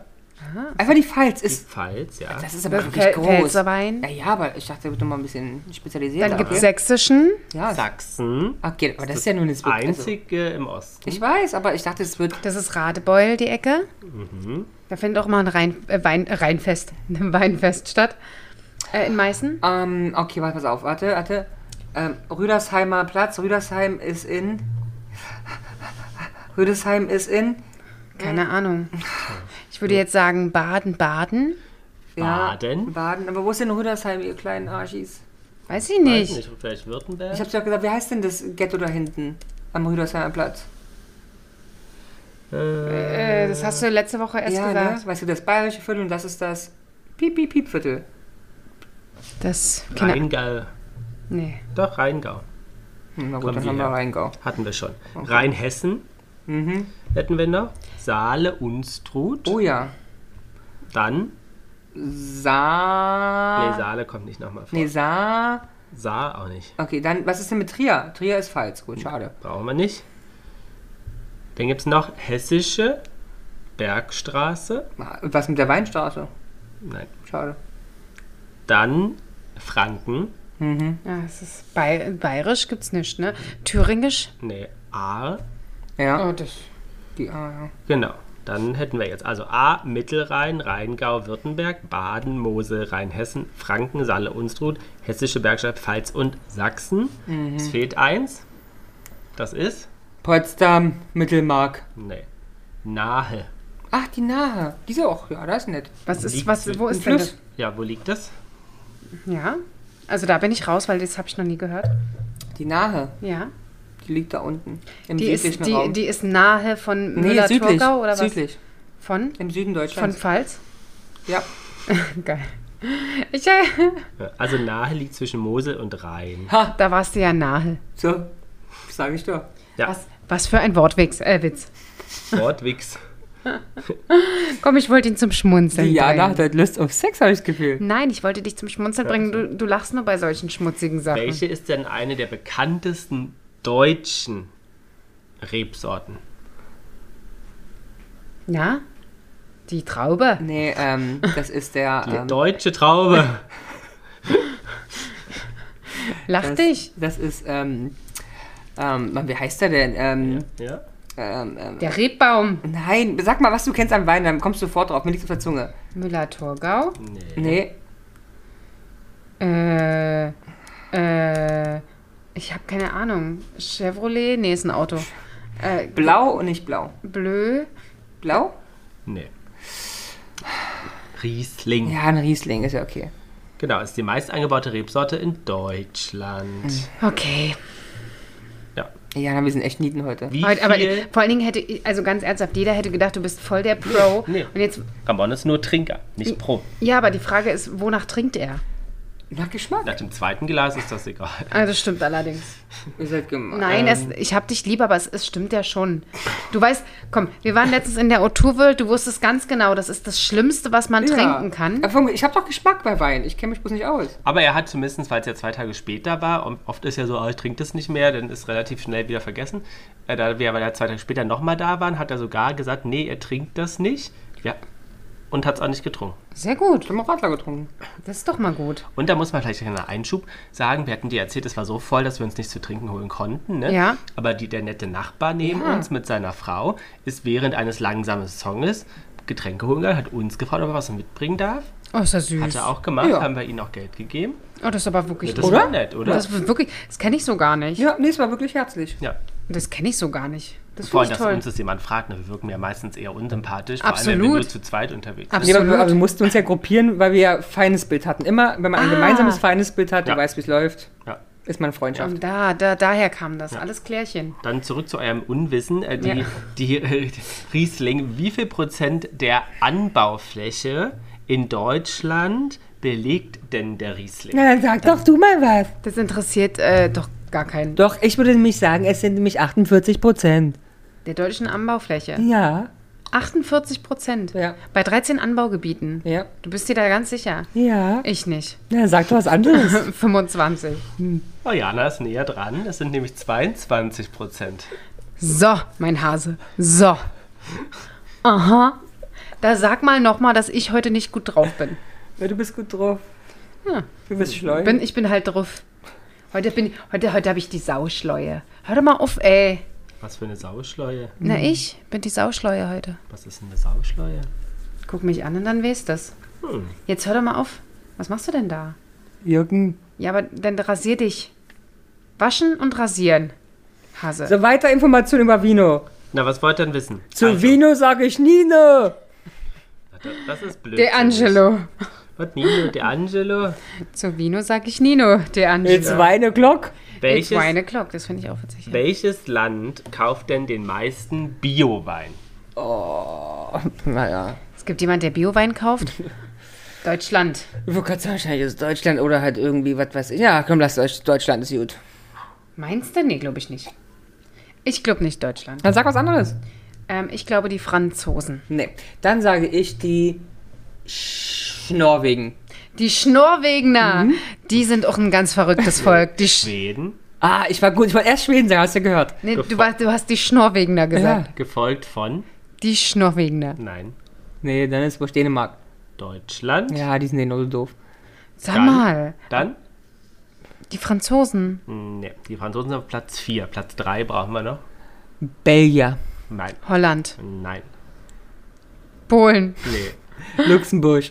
B: Einfach die Pfalz ist.
C: Pfalz, ja.
B: Das ist aber wirklich
A: Fel-
B: groß.
A: Pfälzer Wein.
B: Ja, ja, aber ich dachte, der wird nochmal ein bisschen spezialisiert.
A: Dann gibt's sächsischen.
B: ja,
C: Sachsen.
B: Okay, aber das ist ja nur eine
C: also Einzige im Osten.
B: Also, ich weiß, aber ich dachte, es wird.
A: Das ist Radebeul, die Ecke.
C: Mhm.
A: Da findet auch mal ein Rhein, äh, Wein, äh, Rheinfest, ein Weinfest statt. Äh, in Meißen.
B: Ähm, okay, warte, pass auf, warte, warte. Ähm, Rüdersheimer Platz, Rüdersheim ist in. Rüdesheim ist in.
A: Keine Ahnung. Ich würde jetzt sagen Baden-Baden.
C: Baden.
B: Baden. Aber wo ist denn Rüdersheim, ihr kleinen Arschis?
A: Weiß ich
C: Weiß
A: nicht.
C: nicht, vielleicht Württemberg.
B: Ich hab's ja gesagt, wie heißt denn das Ghetto da hinten? Am Rüdersheimer Platz.
C: äh,
A: Äh, das hast du letzte Woche erst
B: ja,
A: gesagt.
B: ne? Weißt du, das bayerische Viertel und das ist das Piep, Piep, Piep Viertel.
A: Das, keine Ahnung.
C: Rheingau.
A: Nee.
C: Doch, Rheingau.
B: Hm, Na gut,
C: Kommen
B: dann
C: wir
B: haben wir
C: her.
B: Rheingau. Mhm.
C: Hatten wir schon. Rheinhessen hätten wir noch. Saale, Unstrut.
B: Oh ja.
C: Dann. Nee,
B: Sa.
C: Saale kommt nicht nochmal vor.
B: Ah. Nee,
C: Nee.
B: Sa.
C: Saar auch nicht.
B: Okay, dann, was ist denn mit Trier? Trier ist falsch. Gut, schade.
C: Brauchen wir nicht. Dann gibt es noch Hessische Bergstraße.
B: Na, Was mit der Weinstraße?
C: Nein.
B: Schade.
C: Dann Franken.
A: Ja, es ist Bay bayerisch gibt's nicht, ne? Thüringisch?
C: Nee, Ahr.
B: Ja,
A: Oh, das.
B: die, ah,
C: Genau. Dann hätten wir jetzt also A, Mittelrhein, Rheingau, Württemberg, Baden, Mosel, Rheinhessen, Franken, Saale, Unstrut, Hessische Bergstadt, Pfalz und Sachsen. Es fehlt eins. Das ist?
B: ja. Potsdam, Mittelmark.
C: Nee. Nahe.
B: Ach, die Nahe. Die ist auch, ja, das ist nett.
A: Was ist,
C: Liegt
A: was,
C: mit
A: wo
B: Ein
A: ist denn
B: Fluss.
A: das?
C: Ja, wo liegt das?
A: Ja. Also da bin ich raus, weil das habe ich noch nie gehört.
B: Die Nahe,
A: Ja.
B: die liegt da unten. Im
A: Die ist,
B: südlichen
A: die,
B: Raum.
A: die ist nahe von
B: nee, südlich.
A: Müller-Thurgau oder was?
B: südlich.
A: Von?
B: Im Süden
A: Von
B: Deutschlands.
A: Pfalz?
B: ja.
A: Geil. Ich, äh,
C: Ja, Also Nahe liegt zwischen Mosel und Rhein.
A: da warst du ja nahe.
B: So, sage ich doch.
C: Ja.
A: Was, Was für ein Wortwitz. Äh, Witz.
C: Wortwichs.
A: Komm, ich wollte ihn zum Schmunzeln
B: Ja, da
A: bringen.
B: hat er Lust auf Sex, habe ich das Gefühl.
A: Nein, ich wollte dich zum Schmunzeln bringen. Du, du lachst nur bei solchen schmutzigen Sachen.
C: Welche ist denn eine der bekanntesten deutschen Rebsorten?
A: Ja? Die Traube.
B: Nee, ähm, das ist der.
C: Die
B: ähm,
C: deutsche Traube.
A: Lach
B: das,
A: dich.
B: Das ist, ähm, ähm, Mann, wie heißt der denn? Ähm,
C: ja.
B: ähm, ähm,
A: Der Rebbaum.
B: nein, sag mal, was du kennst an Wein, dann kommst du sofort drauf. Mir liegt auf der Zunge.
A: Müller-Torgau.
C: Nee.
B: Nee,
A: Äh, äh, ich habe keine Ahnung. Chevrolet? Nee, ist ein Auto. Äh,
B: blau und nicht blau.
A: Blö.
B: Blau?
C: Nee. Riesling.
B: Ja, ein Riesling ist ja okay.
C: Genau, ist die meist angebaute Rebsorte in Deutschland.
A: Hm. Okay.
C: Ja.
B: Ja, na, wir sind echt Nieten heute.
C: Wie
A: Aber, aber
C: viel?
A: vor allen Dingen hätte ich, also ganz ernsthaft, jeder hätte gedacht, du bist voll der Pro.
C: Nee, nee.
A: Und jetzt,
C: Ramon ist nur Trinker, nicht
A: Hm.
C: Pro.
A: ja, aber die Frage ist, wonach trinkt er?
B: Nach Geschmack.
C: Nach dem zweiten Glas ist das egal.
A: Ah, das stimmt allerdings.
B: Ihr seid gemein.
A: Nein, es,
C: Ähm.
A: ich hab dich lieb, aber es, es stimmt ja schon. Du weißt, komm, wir waren letztens in der O2-World, du wusstest ganz genau, das ist das Schlimmste, was man
B: Ja.
A: trinken kann.
B: Aber Ich habe doch Geschmack bei Wein. Ich kenne mich bloß nicht aus.
C: Aber er hat zumindest, weil es ja zwei Tage später war, und oft ist ja so, ah, ich trinke das nicht mehr, dann ist relativ schnell wieder vergessen. Äh, Da wir aber ja zwei Tage später nochmal da waren, hat er sogar gesagt, nee, er trinkt das nicht. Ja. Und hat es auch nicht getrunken.
A: Sehr
B: Ich
A: gut,
B: habe mal Radler getrunken.
A: das ist doch mal gut.
C: Und da muss man vielleicht einen Einschub sagen, wir hatten dir erzählt, es war so voll, dass wir uns nichts zu trinken holen konnten. Ne?
A: Ja.
C: Aber die, der nette Nachbar neben
B: Ja.
C: uns mit seiner Frau ist während eines langsamen Songs Getränke holen gegangen, hat uns gefragt, ob er was mitbringen darf.
A: Oh, ist ja süß.
C: Hat er auch gemacht,
B: Ja.
C: haben wir ihm auch Geld gegeben.
A: Oh, das ist aber wirklich
C: Das
A: gut.
C: war nett, oder?
A: Das ist wirklich, das kenne ich so gar nicht.
B: Ja, nee, es war wirklich herzlich.
C: ja.
A: Das kenne ich so gar nicht. Das finde
C: Vor allem,
A: ich
C: dass
A: toll.
C: uns das jemand fragt, ne? wir wirken ja meistens eher unsympathisch, vor allem, wenn wir
A: Absolut.
C: nur zu zweit unterwegs
A: Absolut.
B: Nee, aber wir, aber wir mussten uns ja gruppieren, weil wir ja feines Bild hatten. Immer, wenn man ein
A: Ah.
B: gemeinsames feines Bild hat,
C: Ja.
B: du weißt, wie es läuft,
C: sind. Ja.
B: ist man Freundschaft.
A: Und da, da, daher kam das. Alles Klärchen.
C: Dann zurück zu eurem Unwissen. Äh, die,
A: Ja.
C: die äh, Riesling, wie viel Prozent der Anbaufläche in Deutschland belegt denn der Riesling?
B: Na, dann sag doch du mal was.
A: Das interessiert äh, doch gar keinen.
B: Doch, ich würde nämlich sagen, es sind nämlich 48 Prozent.
A: Der deutschen Anbaufläche.
B: Ja.
A: 48 Prozent.
B: Ja.
A: Bei 13 Anbaugebieten.
B: Ja.
A: Du bist dir da ganz sicher?
B: Ja.
A: Ich nicht.
B: Na, sag doch was anderes.
A: 25.
C: Oh, Jana ist näher dran. Das sind nämlich 22 Prozent.
A: So, mein Hase. So. Aha. Da sag mal nochmal, dass ich heute nicht gut drauf bin.
B: ja, du bist gut drauf.
A: Ja.
B: Du bist schleun.
A: bin ich bin halt drauf. Heute, bin, heute, heute habe ich die Sauschleue. Hör doch mal auf, ey.
C: Was für eine Sauschleue.
A: Na,
B: Mhm.
A: ich bin die Sauschleue heute.
C: Was ist denn eine Sauschleue?
A: Guck mich an und dann weißt das.
C: Hm.
A: Jetzt hör doch mal auf. Was machst du denn da?
B: Jürgen.
A: Ja, aber dann rasier dich. Waschen und rasieren. Hase.
B: So, weiter Informationen über Vino.
C: Na, was wollt ihr denn wissen?
B: Zu
C: Also,
B: Vino sage ich ne. Nino.
C: Das, das ist blöd.
A: De Angelo.
C: Was, Nino, De Angelo?
A: Zu Vino sag ich Nino. De Angelo.
B: It's Weine Glock.
A: It's
C: Welches,
A: wine o'clock. Das finde ich auch witzig.
C: welches Land kauft denn den meisten Biowein?
B: Oh, Naja.
A: Es gibt jemand, der Biowein kauft. Deutschland.
B: Ich wollte gerade sagen, wahrscheinlich ist es Deutschland oder halt irgendwie was weiß ich. Ja, komm, lass Deutsch, Deutschland, ist gut.
A: Meinst du? Nee, glaube ich nicht. Ich glaube nicht Deutschland.
B: Dann sag was anderes.
A: Ähm, ich glaube die Franzosen.
B: Nee, dann sage ich die Sch Norwegen.
A: Die Schnorwegener. Die sind auch ein ganz verrücktes Volk. Die Sch
C: Schweden,
B: Ah, ich war gut. Ich wollte erst Schweden sagen, hast du gehört.
A: nee, du, war- du hast die Schnorwegener gesagt.
C: gefolgt von,
A: Die Schnorwegener.
C: nein,
B: Nee, dann ist wohl Dänemark.
C: Deutschland.
B: Ja, die sind eh nur so doof.
A: Sag
C: Dann,
A: mal,
C: dann
A: die Franzosen.
C: Nee, die Franzosen sind auf Platz 4. Platz 3 brauchen wir noch.
B: Belgier.
C: Nein,
A: Holland.
C: nein,
A: Polen.
C: nee.
B: Luxemburg.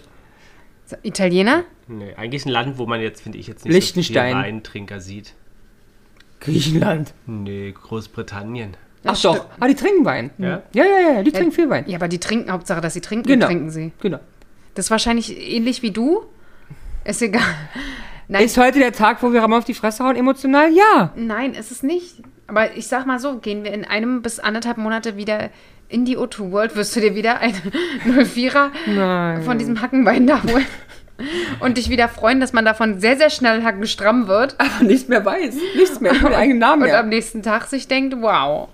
A: So, Italiener?
C: nee. Eigentlich ein Land, wo man jetzt, finde ich, jetzt nicht
B: Liechtenstein.
C: so viel Weintrinker sieht.
B: Griechenland.
C: Nee, Großbritannien.
B: Ach doch. Ah, die trinken Wein.
C: Ja?
B: Ja, ja, ja, ja, die trinken viel Wein.
A: Ja, aber die trinken, Hauptsache, dass sie trinken,
B: Genau.
A: trinken sie.
B: Genau.
A: Das ist wahrscheinlich ähnlich wie du. Ist egal. Nein,
B: Ist heute der Tag, wo wir Ramon auf die Fresse hauen, emotional? Ja.
A: nein, ist es nicht. Aber ich sag mal so, gehen wir in einem bis anderthalb Monate wieder in die O2 World, wirst du dir wieder ein 04er
B: Nein.
A: von diesem Hackenbein da holen. Und dich wieder freuen, dass man davon sehr, sehr schnell hackenstramm wird.
B: Nichts mehr weiß. Nichts mehr. Keinen eigenen Namen
A: Und
B: mehr.
A: am nächsten Tag sich denkt, wow,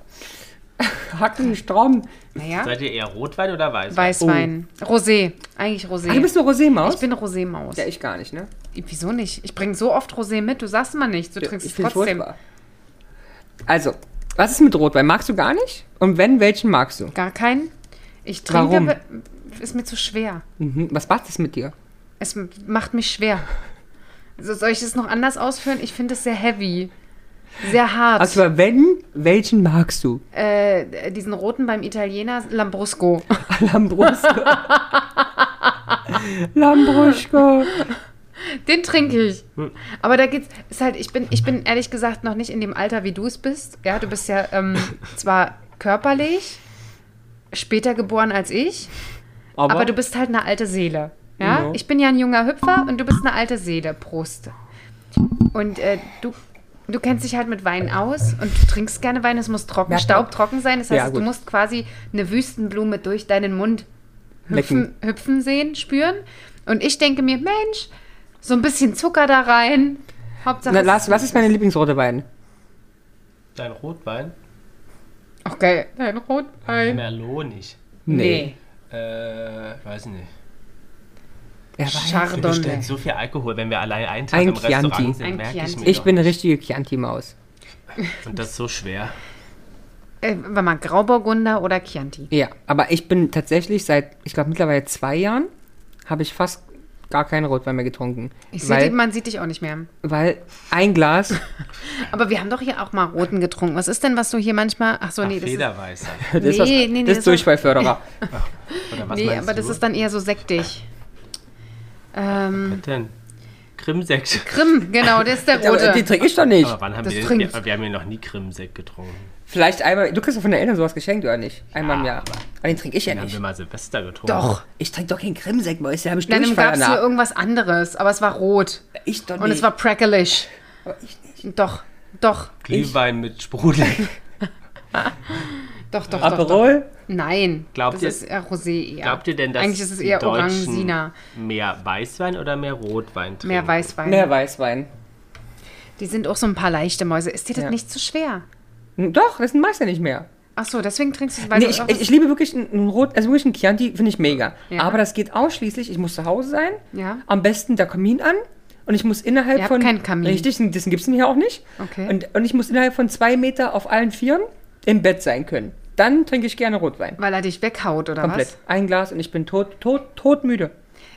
B: Hacken, Straum.
A: Naja,
C: Seid ihr eher Rotwein oder Weißwein?
A: Weißwein. Rosé. Eigentlich Rosé.
B: Oh. Ach, du bist eine Rosé-Maus?
A: ich bin Rosé-Maus.
B: Ja, ich gar nicht, ne?
A: Wieso nicht? Ich bringe so oft Rosé mit, du sagst immer nichts, du trinkst
B: ich
A: es
B: find's
A: trotzdem.
B: furchtbar. Also, was ist mit Rotwein? Magst du gar nicht? Und wenn, welchen magst du?
A: Gar keinen. Ich trinke,
B: Warum?
A: aber- ist mir zu schwer.
B: Mhm. Was macht das mit dir?
A: Es macht mich schwer. So, soll ich das noch anders ausführen? Ich finde es sehr heavy. Sehr hart.
B: Also, aber wenn, welchen magst du?
A: äh, diesen roten beim Italiener, Lambrusco.
B: Lambrusco. Lambrusco.
A: Den trinke ich. Aber da geht's. Ist halt, ich bin, ich bin ehrlich gesagt noch nicht in dem Alter, wie du es bist. Ja, du bist ja ähm, zwar körperlich später geboren als ich, aber, du bist halt eine alte Seele. Ja?
B: Ja.
A: Ich bin ja ein junger Hüpfer und du bist eine alte Seele. Prost. Und äh, du, du kennst dich halt mit Wein aus und du trinkst gerne Wein. Es muss trocken,
B: Merkt man.
A: staubtrocken sein. Das heißt,
B: Ja,
A: du
B: gut.
A: musst quasi eine Wüstenblume durch deinen Mund hüpfen,
B: Lecken.
A: hüpfen sehen, spüren. Und ich denke mir, Mensch, so ein bisschen Zucker da rein. Hauptsache.
B: Na,
A: es-
B: Lars, was ist meine Lieblingsrote Wein?
C: Dein Rotwein?
A: Ach, geil. Dein Rotwein.
C: Merlot nicht.
A: Nee.
C: Äh, weiß nicht.
B: Er weiß.
C: Wir
A: Chardonnay.
C: bestellen so viel Alkohol, wenn wir allein einen Tag
B: Ein
C: im Restaurant
B: Chianti.
C: sind,
A: Ein
C: merke ich
A: Chianti.
C: mir
B: Ich
C: doch.
B: bin eine richtige Chianti-Maus.
C: Und das ist so schwer.
A: Äh, warte mal, Grauburgunder oder Chianti?
B: Ja, aber ich bin tatsächlich seit, ich glaube, mittlerweile zwei Jahren, habe ich fast gar keinen Rotwein mehr getrunken.
A: Ich seh dich,
B: weil,
A: man sieht dich auch nicht mehr.
B: weil ein Glas,
A: Aber wir haben doch hier auch mal roten getrunken. Was ist denn, was du hier manchmal. Ach so,
C: Ach,
A: Oh nee, das ist,
C: Federweißer.
B: das ist, was,
A: Nee, nee, nee,
B: das
A: das
B: ist
A: war-
B: Durchfallförderer.
C: Oder was
A: nee
C: meinst
A: aber
C: du?
A: das ist dann eher so sektig. Ähm,
C: Was denn? Krimsekt.
A: Grimm, genau, der ist der
B: Aber die
A: rote.
B: trinke ich doch nicht.
C: Aber wann haben
A: Das
C: wir denn,
A: trinkt.
C: wir, wir haben ja noch nie Krimsekt getrunken.
B: Vielleicht einmal, du kriegst doch von der Eltern sowas geschenkt, oder nicht? Einmal im
C: Ja,
B: Jahr.
C: aber-
B: Aber den trinke ich ja
C: Dann haben wir
B: nicht.
C: mal Silvester getrunken.
B: Doch, ich trinke doch keinen Krimsekt, Mäuse, da habe ich
A: Dann gab
B: Durchfall
A: es hier
B: danach.
A: irgendwas anderes, aber es war rot.
B: Ich doch
A: Und es war prackelish.
B: Aber ich nicht.
A: Doch, doch,
C: Glühwein mit Sprudel.
A: doch, doch, doch, doch.
B: Aperol?
A: Nein,
C: Glaubt
A: das
C: ihr-
A: ist eher Rosé eher.
C: Glaubt ihr denn, dass
A: Eigentlich ist es
C: die
A: eher
C: Deutschen
A: Orangina,
C: mehr Weißwein oder mehr Rotwein trinken?
A: mehr Weißwein.
B: Mehr Weißwein.
A: Die sind auch so ein paar leichte Mäuse. Ist dir das
B: Ja.
A: nicht zu schwer?
B: Hm, Doch, das machst du nicht mehr.
A: Ach so, deswegen trinkst du es, weil
B: nee,
A: du
B: ich,
A: auch-
B: ich, ich liebe wirklich einen einen roten, also wirklich einen Chianti, finde ich mega.
A: Ja.
B: Aber das geht ausschließlich, ich muss zu Hause sein,
A: Ja.
B: am besten der Kamin an und ich muss innerhalb
A: Ihr habt
B: von...
A: keinen Kamin.
B: Richtig, diesen gibt es hier auch nicht.
A: Okay.
B: Und, und ich muss innerhalb von zwei Meter auf allen Vieren im Bett sein können. Dann trinke ich gerne Rotwein.
A: weil er dich weghaut oder
B: Komplett.
A: was?
B: Ein Glas und ich bin tot, tot, todmüde.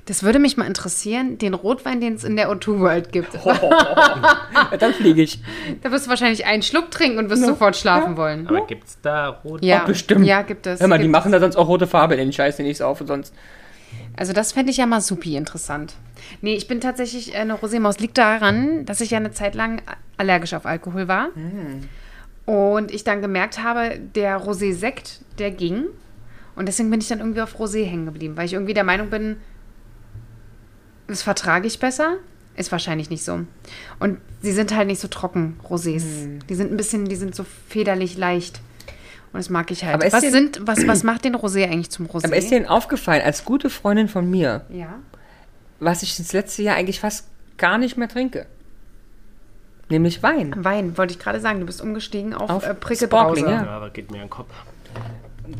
A: Das würde mich mal interessieren, den Rotwein, den es in der O2 World gibt. Ah.
B: Dann fliege ich.
A: Da wirst du wahrscheinlich einen Schluck trinken und wirst sofort schlafen wollen.
C: Aber gibt es da Rotwein?
A: Ja,
B: Bestimmt.
A: Ja, gibt es.
B: Hör mal, die
A: gibt
B: machen da sonst auch rote Farbe in den Scheiß, den ich saufe sonst.
A: Also das fände ich ja mal supi interessant. Nee, ich bin tatsächlich äh, eine Rosé-Maus. Liegt daran, dass ich ja eine Zeit lang allergisch auf Alkohol war. Und ich dann gemerkt habe, der Rosé-Sekt, der ging. Und deswegen bin ich dann irgendwie auf Rosé hängen geblieben, weil ich irgendwie der Meinung bin, das vertrage ich besser. Ist wahrscheinlich nicht so. Und sie sind halt nicht so trocken, Rosés.
B: Hm.
A: Die sind ein bisschen, die sind so federlich leicht. Und das mag ich halt.
B: Aber ist
A: was,
B: dir-
A: sind, was, was macht den Rosé eigentlich zum Rosé?
B: Aber ist dir denn aufgefallen, als gute Freundin von mir,
A: ja.
B: was ich das letzte Jahr eigentlich fast gar nicht mehr trinke. Nämlich Wein.
A: Wein, wollte ich gerade sagen. Du bist umgestiegen auf,
B: Auf
A: äh, Prickelbrause.
B: Sparkling, ja.
C: Ja, aber geht mir an den Kopf.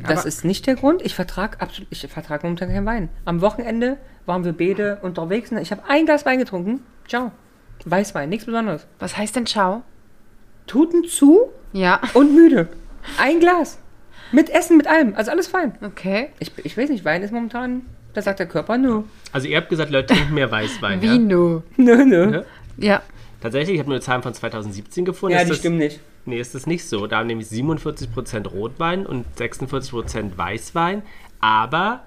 B: Das ist nicht der Grund. Ich vertrage absolut, ich vertrage momentan keinen Wein. Am Wochenende waren wir beide unterwegs und ich habe ein Glas Wein getrunken. Ciao. Weißwein, nichts Besonderes.
A: Was heißt denn Ciao?
B: Tuten zu
A: Ja,
B: und müde. Ein Glas. Mit Essen, mit allem. Also alles fein.
A: okay.
B: Ich, ich weiß nicht, Wein ist momentan, da sagt der Körper, nö.
C: Also ihr habt gesagt, Leute trinken mehr Weißwein. ja?
A: Vino.
B: Nö, nö.
C: Ja.
A: Ja.
C: Tatsächlich, ich habe nur Zahlen von 2017 gefunden.
B: Ja,
C: Ist
B: die
C: das-
B: stimmen nicht.
C: Nee, ist das nicht so. Da haben nämlich 47% Rotwein und 46% Weißwein. Aber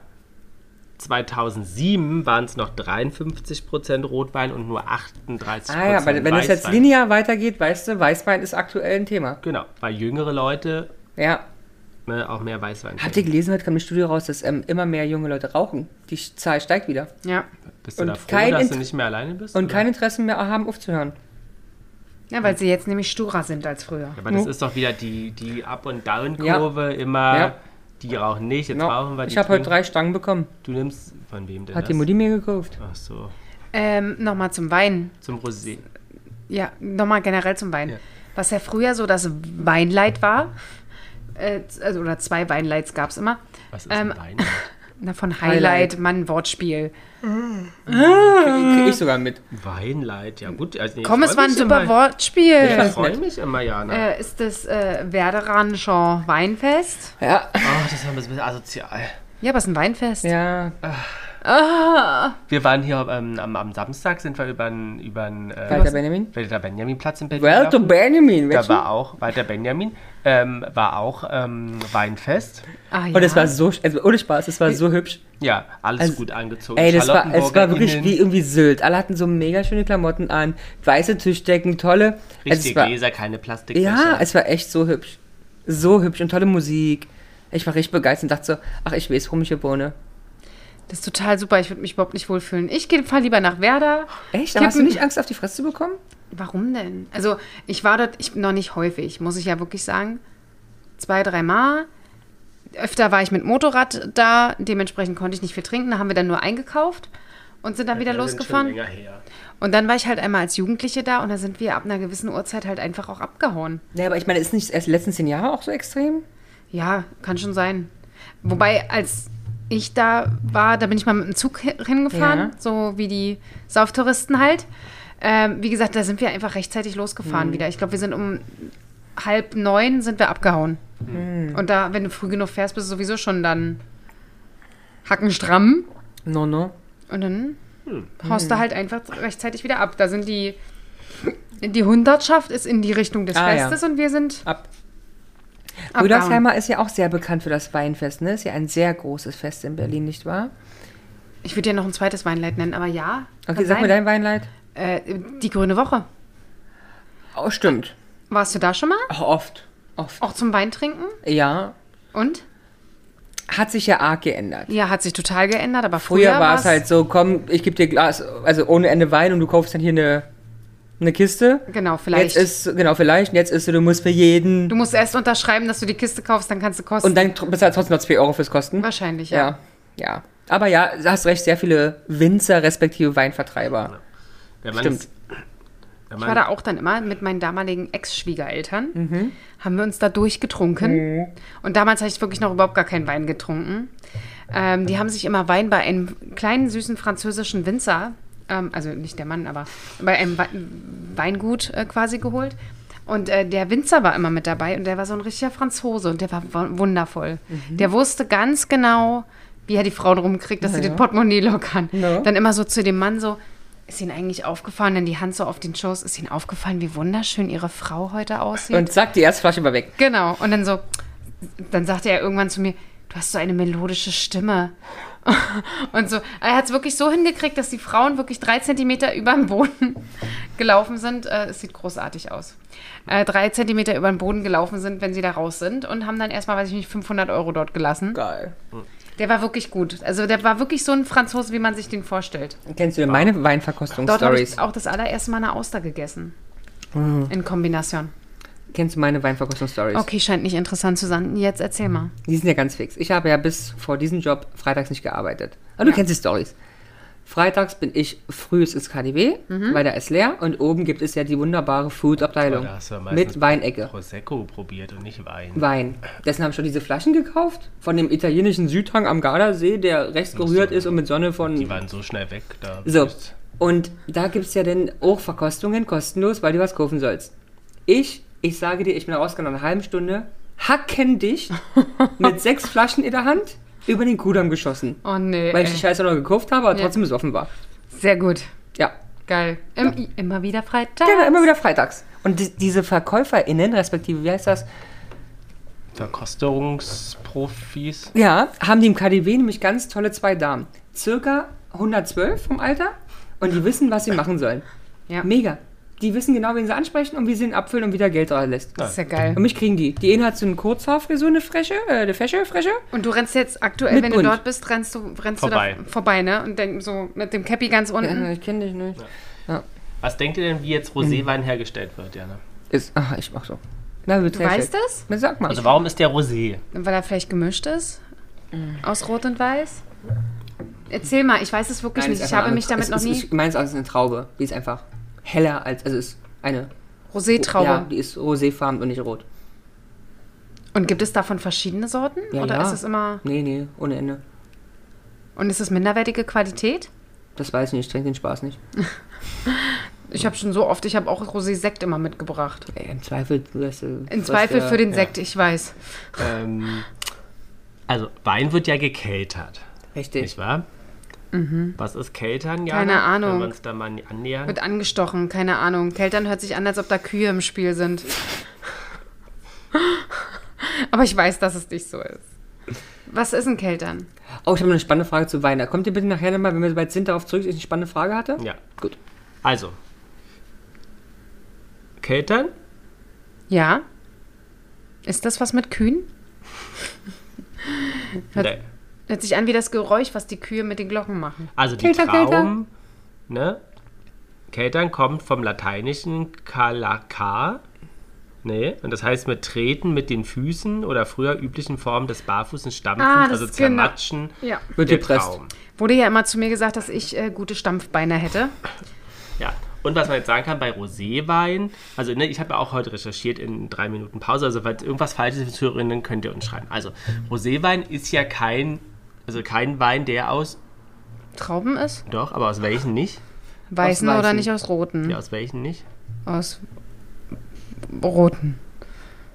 C: 2007 waren es noch 53% Rotwein und nur 38%
B: Ah ja, aber wenn es jetzt
C: Weißwein.
B: linear weitergeht, weißt du, Weißwein ist aktuell ein Thema.
C: Genau, weil jüngere Leute
B: Ja,
C: ne, auch mehr Weißwein
B: Habt ihr gelesen, heute kam eine Studie raus, dass ähm, immer mehr junge Leute rauchen. Die Zahl steigt wieder.
A: Ja.
C: Bist du
B: und
C: da froh,
B: kein
C: dass
B: Inter-
C: du nicht mehr alleine bist?
B: Und
C: oder?
B: kein Interesse mehr haben, aufzuhören.
A: Ja, weil sie jetzt nämlich sturer sind als früher.
C: Aber das ist doch wieder die, die Up- und Down-Kurve immer.
B: Ja.
C: Die rauchen nicht, jetzt
B: Ja.
C: rauchen wir die.
B: ich habe heute
C: trinken.
B: drei Stangen bekommen.
C: Du nimmst von wem denn
B: Hat die
C: das?
B: Mutti mir gekauft.
C: Ach so,
A: Ähm, nochmal zum Wein.
C: zum Rosé.
A: Ja, nochmal generell zum Wein.
C: Ja.
A: Was ja früher so das Weinleid war, äh, also, oder zwei Weinlights gab es immer.
C: Was ist ein Wein?
A: Na, von Highlight,
B: Highlight.
A: Mann, Wortspiel.
B: Krieg ich sogar mit.
C: Weinleid, ja gut. Also, nee, ich
A: Komm, es
C: freu
A: war ein
C: mich
A: super
C: immer.
A: Wortspiel.
C: Ich freue mich immer, Jana.
A: Äh, ist das äh, Werderanischer Weinfest?
B: Ja.
C: Oh, das ist ein bisschen asozial.
A: Ja, was ist ein Weinfest?
B: Ja.
C: Wir waren hier ähm, am, am Samstag, sind wir über den über den, äh,
B: Walter Benjamin?
C: Walter Benjamin Platz in Berlin.
B: Well to
C: gelaufen.
B: Benjamin.
C: da
B: welchen?
C: war auch Walter Benjamin, ähm, war auch ähm, Weinfest.
A: Ah, ja.
B: Und es war so, sch- also ohne Spaß, es war so hübsch.
C: Ja, alles
B: Also,
C: gut angezogen.
B: Ey, das war, es
C: Charlottenburger
B: war wirklich
C: innen,
B: wie also irgendwie Sylt. Alle hatten so mega schöne Klamotten an, weiße Tischdecken, tolle. Also es
C: richtige
B: war,
C: Gläser, keine Plastikfläche.
B: ja, es war echt so hübsch. So hübsch und tolle Musik. Ich war richtig begeistert und dachte so, ach, ich weiß, warum ich hier wohne.
A: Das ist total super. Ich würde mich überhaupt nicht wohlfühlen. Ich gehe fahr lieber nach Werder.
B: Echt?
A: Kippen.
B: Aber hast du nicht Angst, auf die Fresse zu bekommen?
A: Warum denn? Also, ich war dort ich, noch nicht häufig, muss ich ja wirklich sagen. Zwei, dreimal. Öfter war ich mit Motorrad da. Dementsprechend konnte ich nicht viel trinken. Da haben wir dann nur eingekauft und sind dann wieder
C: Wir sind schon
A: losgefahren.
C: länger her.
A: Und dann war ich halt einmal als Jugendliche da und da sind wir ab einer gewissen Uhrzeit halt einfach auch abgehauen.
B: Nee, aber ich meine, ist nicht erst die letzten zehn Jahre auch so extrem?
A: Ja, kann schon sein. Wobei, als ich da war, da bin ich mal mit dem Zug hi- hingefahren,
B: Ja.
A: so wie die Sauftouristen halt. Ähm, wie gesagt, da sind wir einfach rechtzeitig losgefahren
B: Mhm.
A: wieder. Ich glaube, wir sind um halb neun sind wir abgehauen.
B: Mhm.
A: Und da, wenn du früh genug fährst, bist du sowieso schon dann hackenstramm.
B: No, no.
A: Und dann
B: Mhm.
A: haust du halt einfach rechtzeitig wieder ab. Da sind die, die Hundertschaft ist in die Richtung des
B: Ah, ja.
A: Festes und wir sind
B: Ab.
A: abgehauen.
B: Rüdersheimer ist ja auch sehr bekannt für das Weinfest, ne? Ist ja ein sehr großes Fest in Berlin, nicht wahr?
A: Ich würde dir noch ein zweites Weinleid nennen, aber ja. kann
B: Okay, sag
A: sein.
B: mir dein Weinleid.
A: Äh, die Grüne Woche.
B: Oh, stimmt.
A: Warst du da schon mal?
B: Ach, oft. Oft.
A: Auch zum Weintrinken?
B: Ja.
A: Und?
B: Hat sich ja arg geändert.
A: Ja, hat sich total geändert, aber früher,
B: Früher war es halt so, komm, ich gebe dir Glas, also ohne Ende Wein und du kaufst dann hier eine, eine Kiste.
A: Genau, vielleicht.
B: Jetzt ist, genau, vielleicht. Und jetzt ist so, du musst für jeden.
A: du musst erst unterschreiben, dass du die Kiste kaufst, dann kannst du kosten.
B: Und dann tr- bezahlst du halt trotzdem noch 2 Euro fürs Kosten.
A: Wahrscheinlich, ja.
B: Ja, ja. Aber ja, du hast recht, sehr viele Winzer respektive Weinvertreiber.
C: Der Mann
B: Stimmt.
C: Ist, der
A: Ich
C: Mann,
A: war da auch dann immer mit meinen damaligen Ex-Schwiegereltern. Haben wir uns da durchgetrunken. Und damals habe ich wirklich noch überhaupt gar keinen Wein getrunken. Ähm, die haben sich immer Wein bei einem kleinen, süßen französischen Winzer, ähm, also nicht der Mann, aber bei einem Wei- Weingut äh, quasi geholt. Und äh, der Winzer war immer mit dabei und der war so ein richtiger Franzose und der war w- wundervoll. Der wusste ganz genau, wie er die Frauen rumkriegt, dass sie den Portemonnaie lockern.
B: Ja.
A: Dann immer so zu dem Mann so, ist Ihnen eigentlich aufgefallen, denn die Hand so auf den Schoß, ist Ihnen aufgefallen, wie wunderschön Ihre Frau heute aussieht?
B: Und zack, die erste Flasche war weg.
A: Genau. Und dann so, dann sagte er irgendwann zu mir, du hast so eine melodische Stimme. Und so, er hat es wirklich so hingekriegt, dass die Frauen wirklich drei Zentimeter über dem Boden gelaufen sind. Äh, es sieht großartig aus. Äh, drei Zentimeter über den Boden gelaufen sind, wenn sie da raus sind und haben dann erstmal, weiß ich nicht, 500 Euro dort gelassen.
B: Geil.
A: Der war wirklich gut. Also der war wirklich so ein Franzose, wie man sich den vorstellt.
B: Kennst du denn meine
A: Dort habe
B: Weinverkostungsstories?
A: ich auch das allererste Mal eine Auster gegessen.
B: Ah.
A: In Kombination.
B: Kennst du meine Weinverkostungsstories?
A: Okay, scheint nicht interessant zu sein. Jetzt erzähl mal.
B: Die sind ja ganz fix. Ich habe ja bis vor diesem Job freitags nicht gearbeitet. Aber du kennst die Stories. Freitags bin ich frühest ins KDW,
A: Mhm.
B: weil da ist leer und oben gibt es ja die wunderbare Food-Abteilung
C: da hast du ja meistens
B: mit Weinecke.
C: Prosecco probiert und nicht Wein.
B: Wein. Dessen habe ich schon diese Flaschen gekauft von dem italienischen Südhang am Gardasee, der rechts gerührt ist und mit Sonne von
C: Die waren so schnell weg. Da
B: So. Und da gibt es ja dann auch Verkostungen kostenlos, weil du was kaufen sollst. Ich, ich sage dir, ich bin rausgegangen nach einer halben Stunde, hackendicht, mit sechs Flaschen in der Hand, über den Kudamm geschossen.
A: Oh nee.
B: Weil ich die
A: ey.
B: Scheiße noch gekauft habe, aber
A: Ja.
B: trotzdem besoffen war.
A: Sehr gut.
B: Ja.
A: Geil. Im, Immer wieder Freitag.
B: Genau, immer wieder freitags. Und die, diese VerkäuferInnen, respektive, wie heißt das?
C: Verkostungsprofis.
B: Ja, haben die im KDW nämlich ganz tolle zwei Damen. Circa 112 vom Alter und die wissen, was sie machen sollen.
A: Ja.
B: Mehn. Mega. Die wissen genau, wen sie ansprechen und wie sie ihn abfüllen und wieder Geld dran lässt.
A: Das ist ja geil.
B: Und mich kriegen die. Die eine hat so eine Kurzhaarfrisur, eine Fresche, äh, eine Fäsche, Fresche.
A: Und du rennst jetzt aktuell,
B: Mit
A: wenn
B: Bund.
A: du dort bist, rennst du, rennst
C: Vorbei.
A: du da vorbei, ne? Und denk so mit dem Cappy ganz unten.
B: ich kenne dich nicht.
C: Was denkt ihr denn, wie jetzt Roséwein hergestellt wird, Jana?
B: Ist, ach, ich mach so. Na, wird
A: Du weißt das?
B: Na, sag mal.
C: Also warum ist der Rosé?
A: Weil er vielleicht gemischt ist?
B: Mm.
A: Aus Rot und Weiß? Erzähl mal, ich weiß es wirklich
B: Nein, ist
A: nicht. Ich
B: einfach
A: habe
B: eine-
A: mich damit
B: es,
A: noch
B: es,
A: nie.
B: Ich meine, es ist eine Traube. Die ist einfach heller als, also es ist eine.
A: Rosé-Traube.
B: Ja, die ist roséfarben und nicht rot.
A: Und gibt es davon verschiedene Sorten?
B: Ja,
A: Oder
B: ja.
A: ist es immer.
B: Nee, nee, ohne Ende.
A: Und ist es minderwertige Qualität?
B: Das weiß ich nicht, ich trinke den Spaß nicht.
A: Ich habe schon so oft, ich habe auch Rosé-Sekt immer mitgebracht.
B: Ey, Im Zweifel, du hast, äh,
A: In
B: was
A: Zweifel
B: der-
A: für den
B: ja.
A: Sekt, ich weiß.
C: Ähm, also Wein wird ja gekeltert,
B: Richtig.
C: nicht wahr? Was ist Keltern, ja?
A: Mhm. Keine Ahnung.
C: Wenn wir uns da mal annähern.
A: Wird angestochen, keine Ahnung. Keltern hört sich an, als ob da Kühe im Spiel sind. Aber ich weiß, dass es nicht so ist. Was ist ein Keltern?
B: Oh, ich habe eine spannende Frage zu Wein. Da kommt ihr bitte nachher nochmal, wenn wir bei Zinn darauf zurück, dass ich eine spannende Frage hatte?
C: Ja.
B: Gut.
C: Also, Keltern
A: Ja? Ist das was mit Kühen? Hat-
C: Nee.
A: Hört sich an wie das Geräusch, was die Kühe mit den Glocken machen.
C: Also die
B: Kelter, Kelter.
C: Traum, ne? Keltern kommt vom lateinischen kalaka, ne? Und das heißt mit Treten mit den Füßen oder früher üblichen Form des barfußen Stampfens,
A: Ah, das
C: also
A: ist genau-
C: Zermatschen.
A: Ja.
B: Wird
C: der
B: gepresst.
C: Traum.
A: Wurde ja immer zu mir gesagt, dass ich äh, gute Stampfbeine hätte.
C: Ja. Und was man jetzt sagen kann bei Roséwein, also ne, ich habe ja auch heute recherchiert in drei Minuten Pause, also falls irgendwas falsch ist, liebe Hörerinnen, könnt ihr uns schreiben. Also Roséwein ist ja kein, also kein Wein, der aus,
A: Trauben ist?
C: doch, aber aus welchen nicht?
A: Weißen,
B: Aus
A: oder
B: weißen.
A: nicht aus roten?
C: Ja, aus welchen nicht?
A: Aus roten.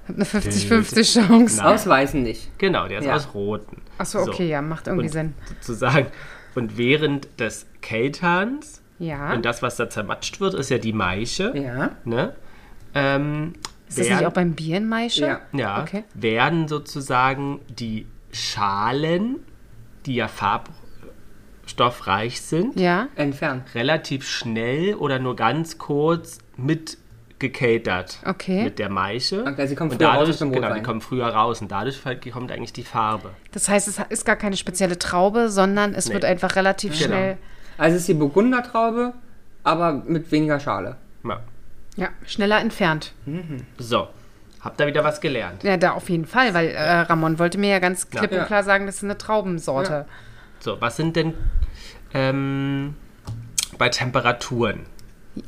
A: Hat eine 50-50
C: Äh,
A: Chance.
C: Nein.
B: Ausweisen nicht.
C: Genau, der ist
B: Ja.
C: aus roten.
A: Achso, okay, ja, macht irgendwie
C: und
A: Sinn.
C: Sozusagen. Und während des Kelterns,
A: Ja.
C: und das, was da zermatscht wird, ist ja die Maische.
B: Ja.
C: Ne? Ähm,
A: Ist das nicht auch beim Bier in Maische?
B: Ja.
C: ja,
A: okay.
C: werden sozusagen die Schalen, die ja farbstoffreich sind,
A: Ja.
B: Entfernt.
C: relativ schnell oder nur ganz kurz mit gekatert
A: Okay.
C: mit der Maische.
B: Okay, also sie kommen
C: und
B: früher raus
C: dadurch,
B: aus dem
C: genau, die
B: Rotwein.
C: kommen früher raus und dadurch kommt eigentlich die Farbe.
A: Das heißt, es ist gar keine spezielle Traube, sondern es
C: Nee.
A: wird einfach relativ
C: Genau.
A: schnell.
B: Also es ist die Burgundertraube, aber mit weniger Schale.
C: Ja.
A: Ja, schneller entfernt.
C: So, habt ihr wieder was gelernt?
A: Ja, da auf jeden Fall, weil äh, Ramon wollte mir ja ganz klipp
B: Ja.
A: und klar sagen, das ist eine Traubensorte.
C: So, was sind denn ähm, bei Temperaturen?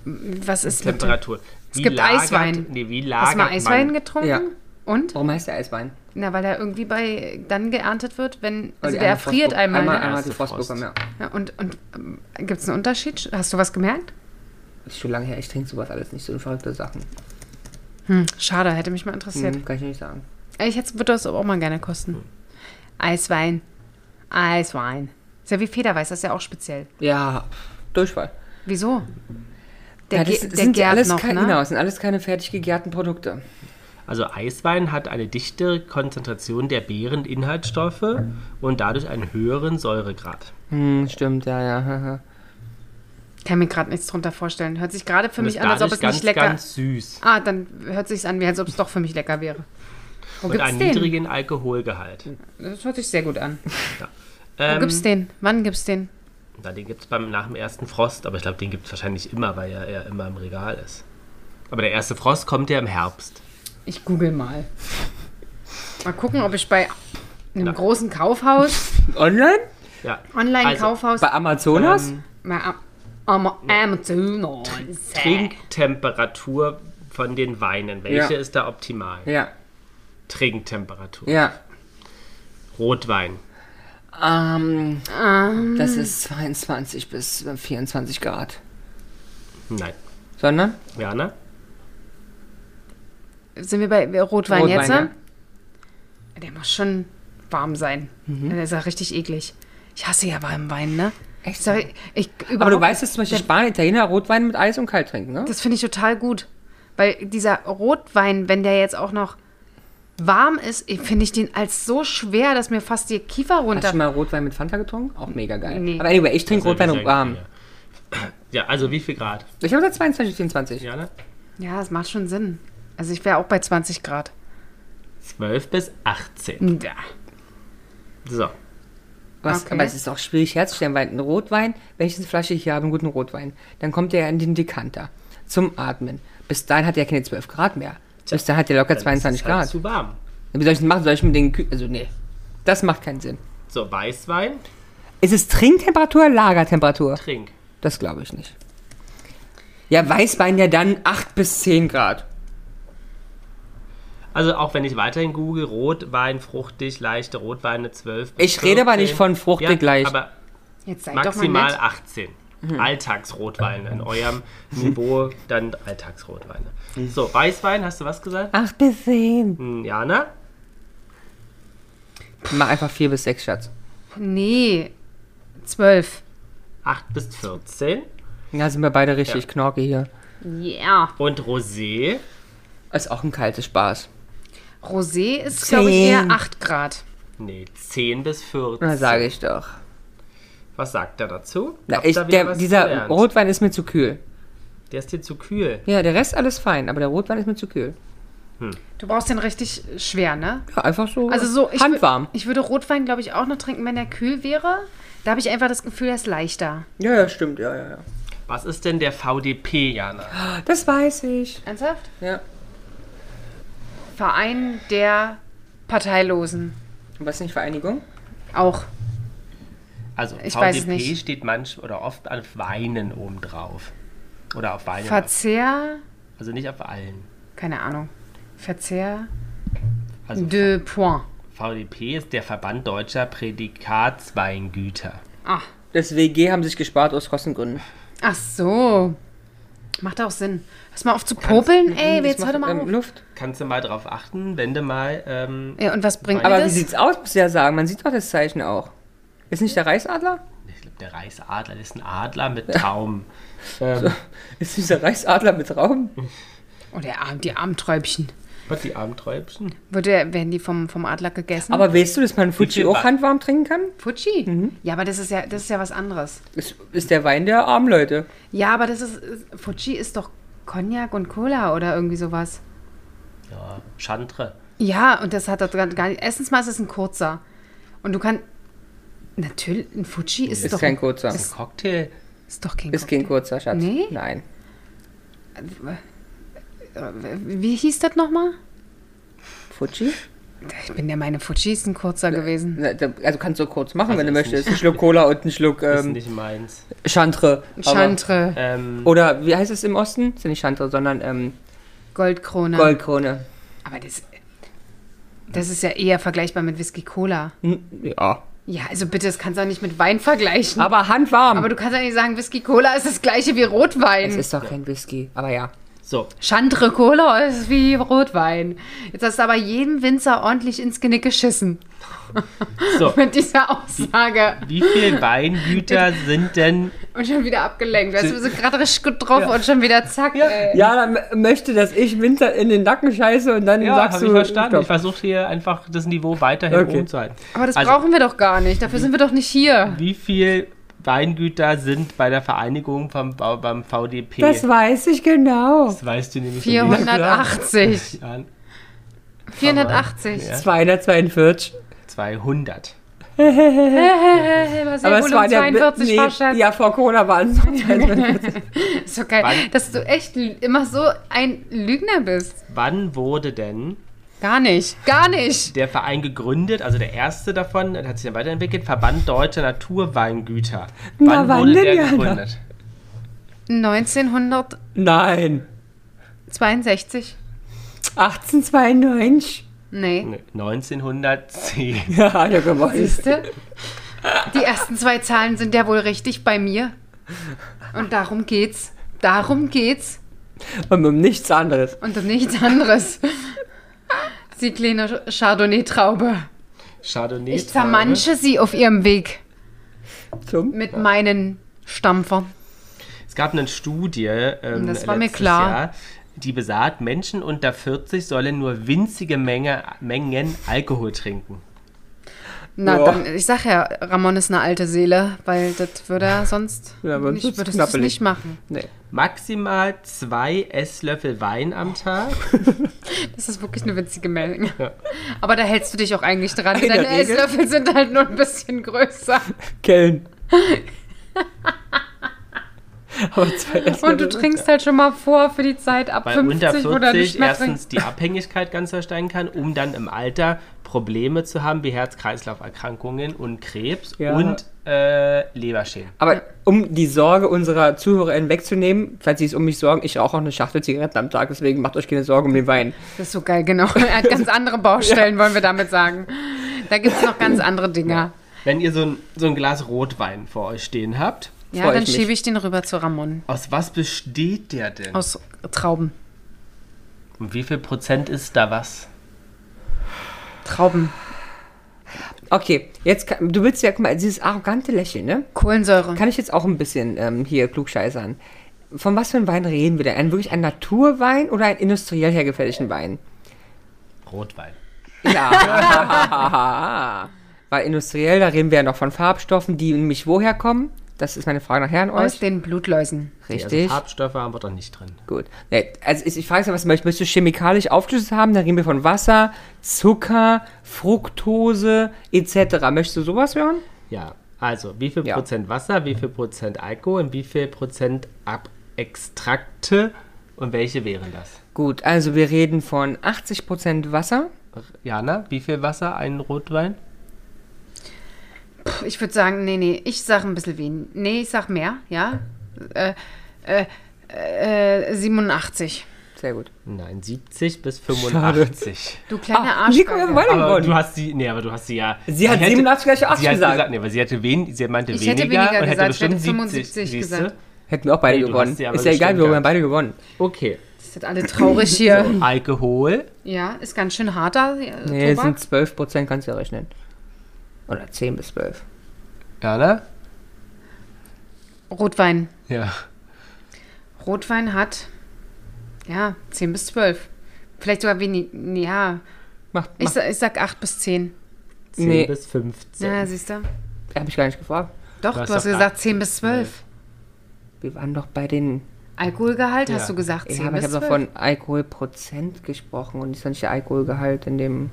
A: Was ist mit dem-
C: Temperaturen. Wie
A: gibt
C: lagert,
A: Eiswein.
C: Nee, wie
A: Hast du
C: lagert
A: mal Eiswein
C: man?
A: getrunken?
B: Ja.
A: Und?
B: Warum heißt der Eiswein?
A: Na, weil er irgendwie bei dann geerntet wird, wenn. Also
B: Weil die
A: der
B: einmal
A: erfriert
B: Frostburg-
A: einmal.
B: Einmal,
A: ne?
B: einmal hat die
C: Erste
B: Frost
C: Frost.
B: bekommen, ja.
A: Ja, und und ähm, gibt es einen Unterschied? Hast du was gemerkt?
B: Das ist schon lange her, ich trinke sowas alles nicht, so verrückte Sachen.
A: Schade, hätte mich mal interessiert.
C: Mhm.
A: Äh,
B: Hm, kann ich nicht sagen.
A: Ich hätte, würde das aber auch mal gerne kosten. Eiswein. Eiswein. Ist ja wie Federweiß, das ist ja auch speziell.
B: Ja, Durchfall.
A: Wieso? Der,
B: ja,
A: Ge-
B: das
A: der
B: sind
A: gärt
B: alles
A: noch,
B: keine,
A: ne?
B: Genau, das sind alles keine fertig gegärten Produkte.
C: Also Eiswein hat eine dichte Konzentration der Beereninhaltsstoffe und dadurch einen höheren Säuregrad.
B: Hm, stimmt, ja, ja.
A: Kann mir gerade nichts drunter vorstellen. Hört sich gerade für
C: Und
A: mich
C: ist
A: an, als ob
C: dadurch
A: es
C: ganz,
A: nicht lecker
C: ganz süß.
A: Ah, dann hört sich's an, wie als ob es doch für mich lecker wäre. Wo
C: Und
A: gibt's
C: einen
A: den?
C: niedrigen Alkoholgehalt.
A: Das hört sich sehr gut an. Wo
C: Ähm,
A: gibt's den? Wann gibt's den?
C: na, den gibt es nach dem ersten Frost, aber ich glaube, den gibt es wahrscheinlich immer, weil er, er immer im Regal ist. Aber der erste Frost kommt ja im Herbst.
A: Ich google mal. Mal gucken, ob ich bei einem großen Kaufhaus,
B: Online?
C: Ja.
B: Also,
A: Online-Kaufhaus,
B: Bei Amazonas?
A: Mal am- am Amazon.
B: Äh.
C: Trinktemperatur von den Weinen. Welche
B: Ja.
C: ist da optimal?
B: ja,
C: Trinktemperatur.
B: ja.
C: Rotwein.
B: Ähm,
A: Äh, Mhm.
B: das ist 22 bis 24 Grad.
C: Nein.
B: Sondern?
C: Jana?
A: Sind wir bei Rotwein,
B: Rotwein,
A: jetzt? ne? Der muss schon warm sein.
B: Mhm.
A: Der ist ja richtig eklig. Ich hasse ja warmen Wein, ne?
B: Echt?
A: Sag Ich, ich,
B: Aber du
A: überhaupt-
B: weißt, dass zum Beispiel Spanier, Italiener Rotwein mit Eis und kalt trinken, ne?
A: Das finde ich total gut. Weil dieser Rotwein, wenn der jetzt auch noch warm ist, eh, finde ich den als so schwer, dass mir fast die Kiefer
B: Hast du
A: runter.
B: schon mal Rotwein mit Fanta getrunken? Auch mega geil.
A: Nee.
B: Aber anyway, ich trinke
C: Also
B: Rotwein warm.
C: Ja, also wie viel Grad?
B: Ich habe da 22, 24.
C: Jana?
A: Ja, das macht schon Sinn. Also ich wäre auch bei 20 Grad.
C: 12 bis 18.
A: Ja.
C: So.
B: Was,
A: Okay.
B: Aber es ist auch schwierig herzustellen, weil ein Rotwein, wenn ich eine Flasche hier habe, einen guten Rotwein, dann kommt der in den Dekanter zum Atmen. Bis dahin hat er keine 12 Grad mehr. Bis dahin hat er locker
C: Dann
B: 22
C: ist es halt
B: Grad.
C: Zu warm.
B: Wie soll ich das machen? Soll ich mit den Kü Also, nee. Das macht keinen Sinn.
C: So, Weißwein,
B: Ist es Trinktemperatur, Lagertemperatur?
C: trink.
B: Das glaube ich nicht. Ja, Weißwein ja dann 8 bis 10 Grad.
C: Also auch wenn ich weiterhin google, Rotwein, fruchtig, leichte Rotweine 12 bis
B: Ich rede aber nicht von
C: 14.
B: fruchtig leicht.
C: aber
A: Jetzt seid
C: maximal
A: doch mal nett.
C: 18.
B: Mhm.
C: Alltagsrotweine in eurem Niveau, dann Alltagsrotweine.
B: Mhm.
C: So, Weißwein, hast du was gesagt?
B: Ach, bis sehen.
C: Hm, Jana?
B: Mal einfach vier bis sechs, Schatz.
A: Nee, zwölf.
C: 8 bis 14.
B: Ja, sind wir beide richtig
C: Ja.
B: knorke hier.
A: Yeah.
C: Und Rosé?
B: Ist auch ein kaltes Spaß.
A: Rosé ist, glaube ich, eher
B: Zehn.
A: 8 Grad.
C: Nee, 10 bis 14.
B: Na, sage ich doch.
C: Was sagt er dazu?
B: Na,
C: Habt
B: ich,
C: ihr wieder
B: der,
C: was
B: dieser
C: gelernt?
B: Rotwein ist mir zu kühl.
C: Der ist dir zu kühl.
B: Ja, der Rest alles fein, aber der Rotwein ist mir zu kühl.
A: Du brauchst den richtig schwer, ne?
B: Ja, einfach so,
A: Also so, ich, wü-
B: handwarm.
A: ich würde Rotwein, glaube ich, auch noch trinken, wenn er kühl wäre. Da habe ich einfach das Gefühl, er ist leichter.
B: Ja, ja, stimmt, ja, ja, ja.
C: Was ist denn der VDP, Jana?
B: Das weiß ich.
A: Ernsthaft?
B: Ja.
A: Verein der Parteilosen.
B: Und was nicht Vereinigung?
A: Auch.
C: Also
A: Ich
C: VDP
A: weiß es nicht.
C: steht manch oder oft auf Weinen obendrauf. Oder auf Weinen.
A: Verzehr,
C: also nicht auf allen.
A: keine Ahnung. Verzehr
C: Also
A: de Point.
C: VDP ist der Verband Deutscher Prädikatsweingüter.
A: Ah.
B: Das WG haben sich gespart aus Kostengründen.
A: Ach so. Macht auch Sinn. Hörst mal auf zu popeln,
B: Hm,
A: ey. Jetzt hör doch mal auf.
B: ähm, Luft.
C: Kannst du mal drauf achten, wenn du mal. Ähm,
A: Ja, und was bringt
B: Aber wie
A: das?
B: sieht's aus, muss ich ja sagen. Man sieht doch das Zeichen auch. Ist nicht der Reichsadler?
C: ich glaube, der Reichsadler das ist ein Adler mit Traum. ähm,
B: Ist dieser Reichsadler mit Rauben?
A: Oh, der Arm, die Armträubchen.
C: was, die Abenträubchen?
A: Wird der, werden die vom, vom Adler gegessen?
B: Aber Mhm. weißt du, dass man Fuji
C: viel
B: auch
C: Wa-
B: handwarm trinken kann?
A: Fuji? Ja, aber das ist ja, das ist ja was anderes.
B: Ist, ist der Wein der armen Leute.
A: Ja, aber das ist. ist- Fuji ist doch Cognac und Cola oder irgendwie sowas.
C: Ja, Chantre.
A: Ja, und das hat das gar gar nicht. Erstens mal ist es ein kurzer. Und du kannst. Natürlich, ein Fuji ist,
B: Ist
A: doch.
B: kein kurzer.
A: Ist,
C: Cocktail.
A: ist doch kein
B: Ist kein kurzer, Schatz.
A: Nee?
B: Nein.
A: Wie hieß das nochmal?
B: Fuji?
A: Ich bin der meine Fuji ist ein kurzer gewesen.
B: Na, da- Also kannst du kurz machen,
C: Also
B: wenn du
C: ist
B: möchtest.
C: nicht-
B: Ein Schluck Cola und ein Schluck
C: Ist
B: ähm,
C: nicht meins.
B: Chantre. Aber-
A: Chantre,
C: Ähm,
B: Oder wie heißt es im Osten? Ist ja nicht Chantre, sondern ähm, Hm.
A: Goldkrone.
B: Goldkrone.
A: Aber das, das ist ja eher vergleichbar mit Whisky Cola.
B: Hm, Ja.
A: Ja, also bitte, das kannst du auch nicht mit Wein vergleichen. Aber,
B: Aber handwarm.
A: du kannst ja nicht sagen, Whisky Cola ist das gleiche wie Rotwein.
B: es ist doch kein Whisky. Aber ja.
C: so,
A: Chantre Cola ist wie Rotwein. Jetzt hast du aber jedem Winzer ordentlich ins Genick geschissen.
C: so.
A: Mit dieser Aussage.
C: Wie viele Weingüter sind denn
A: Und schon wieder abgelenkt. Weißt du, wir sind gerade richtig gut drauf und schon wieder zack. Ey.
B: Ja, dann m- möchte, dass ich Winter in den Nacken scheiße und dann
C: Ja,
B: sagst
C: habe
B: du.
C: ich verstanden.
B: stopp.
C: Ich versuche hier einfach das Niveau weiterhin
B: Okay.
C: oben zu halten.
A: Aber das
C: also-
A: brauchen wir doch gar nicht. Dafür sind wir doch nicht hier.
C: Wie viel Weingüter sind bei der Vereinigung vom, beim VDP?
B: Das weiß ich genau.
C: Das weißt du nämlich so wenig.
A: 480.
C: Ja,
A: 480.
C: Ja.
B: 242.
C: 200.
A: Hey, Aber es war
B: der
A: 42
B: nee,
A: Fahrschein.
B: Ja, vor Corona waren es.
A: Ist so geil,
C: Wann-
A: dass du echt lü- immer so ein Lügner bist.
C: Wann wurde denn
A: Gar nicht. Gar nicht.
C: der Verein gegründet? Also der erste davon, der hat sich dann weiterentwickelt, Verband Deutscher Naturweingüter. Wann
B: Na, wann
C: wurde
B: denn,
C: der
B: Jana?
C: gegründet?
A: 1962.
B: Nein. 1892.
A: Nee.
C: Nee, 1910.
B: Ja, ja, gewollt.
A: Siehste? Die ersten zwei Zahlen sind ja wohl richtig bei mir. Und darum geht's. Darum geht's
B: Und um nichts anderes.
A: und um nichts anderes. Sie kleine Sch- Chardonnay-Traube.
C: Chardonnay.
A: Ich zermanche sie auf ihrem Weg
B: Zum.
A: mit meinen Stampfern.
C: Es gab eine Studie, ähm,
A: Das war mir
C: letztes
A: klar.
C: Jahr, die besagt, Menschen unter 40 sollen nur winzige Menge, Mengen Alkohol trinken.
A: Na
B: Ja.
A: dann, ich sag ja, Ramon ist eine alte Seele, weil das würde er sonst
B: Ja, aber
A: nicht,
B: sonst
A: würdest du's
B: knappelig.
A: nicht machen.
B: Nee.
C: Maximal zwei Esslöffel Wein am Tag.
A: Das ist wirklich eine witzige Meldung. Aber da hältst du dich auch eigentlich dran.
B: In der
A: Deine
B: Regel.
A: Esslöffel sind halt nur ein bisschen größer.
B: Kellen.
C: Aber zwei Essen
A: Und du
C: oder-
A: trinkst halt schon mal vor für die Zeit ab
C: Bei
A: 50,
C: unter
A: wo du nicht
C: 40
A: mehr
C: erstens
A: trinkst.
C: die Abhängigkeit ganz versteigen kann, um dann im Alter Probleme zu haben wie Herz-Kreislauf-Erkrankungen und Krebs
B: Ja.
C: und äh, Leberschäden.
B: Aber um die Sorge unserer ZuhörerInnen wegzunehmen, falls sie es um mich sorgen, ich rauche auch eine Schachtel Zigaretten am Tag, deswegen macht euch keine Sorgen um den Wein.
A: Das ist so geil, genau. Er hat ganz andere Baustellen, wollen wir damit sagen. Da gibt es noch ganz andere Dinger.
C: Wenn ihr so ein, so ein Glas Rotwein vor euch stehen habt,
A: Ja,
B: Freu ich
A: dann
B: mich.
A: schiebe ich den rüber zu Ramon.
C: aus was besteht der denn?
A: Aus Trauben.
C: Und wie viel Prozent ist da was?
A: Trauben.
B: Okay, jetzt, kann- du willst ja, guck mal, dieses arrogante Lächeln, ne?
A: Kohlensäure.
B: Kann ich jetzt auch ein bisschen ähm, hier klugscheißern? Von was für einem Wein reden wir denn? Ein, wirklich ein Naturwein oder einen industriell hergefertigten Wein?
C: Rotwein.
B: Ja. Weil industriell, da reden wir ja noch von Farbstoffen, die nämlich woher kommen. Das ist meine Frage nachher an
A: Aus
B: euch.
A: den Blutläusen.
B: Richtig.
C: Also Farbstoffe haben wir doch nicht drin.
B: Gut. Nee, also ich, ich frage was möchtest möchtest du chemikalisch aufgeschlüsselt haben? Dann reden wir von Wasser, Zucker, Fructose etc. Möchtest du sowas hören?
C: Ja, also wie viel
B: Ja.
C: Prozent Wasser, wie viel Prozent Alkohol und wie viel Prozent Ab Extrakte und welche wären das?
B: Gut, also wir reden von 80% Wasser.
C: Jana, wie viel Wasser ein Rotwein?
A: Puh, Ich würde sagen, nee, nee, ich sag ein bisschen wen. Nee, ich sag mehr, ja. Äh, äh, äh, 87.
B: Sehr gut.
C: Nein, 70 bis 85.
A: Du kleine
B: Ah,
A: Arsch.
B: Nico, wir wollen-
C: Aber
B: Gewonnen.
C: du hast sie, nee, aber du hast sie ja.
B: Sie hat 87 gleich 8
C: sie hat
B: gesagt.
C: gesagt. Nee, aber sie hatte wen, sie meinte
A: Ich hätte
C: weniger,
A: weniger
C: und hätte
A: gesagt, ich hätte
C: bestimmt
A: 75
C: siehst
A: gesagt.
B: Hätten wir auch beide
C: Nee, du
B: gewonnen. Ist
C: hast sie
B: ja
C: aber
B: egal,
C: bestimmt
B: wir haben
C: gehabt.
B: beide gewonnen.
C: du? Okay.
A: Das sind alle traurig hier.
C: Alkohol.
A: Ja, ist ganz schön harter äh,
B: Nee, es sind
A: Tobak.
B: 12%, kannst du ja rechnen. Oder 10 bis 12.
C: Jana?
A: Rotwein.
C: Ja.
A: Rotwein hat, ja, 10 bis 12. Vielleicht sogar weniger, ja.
B: Macht,
A: Ich,
B: macht.
A: sa- ich sag 8 bis 10.
C: 10
B: Nee.
C: bis 15.
A: Ja, siehst du?
B: Hab ich gar nicht gefragt.
A: Doch,
C: Du
A: du
C: hast
A: hast,
C: doch
A: gesagt
C: acht
A: 10 bis 12.
B: Wir waren doch bei den.
A: Alkoholgehalt
C: Ja.
A: hast du gesagt 10
B: Ja, aber ich
A: bis
B: habe doch
A: 12.
B: von Alkoholprozent gesprochen und ist dann nicht der Alkoholgehalt in dem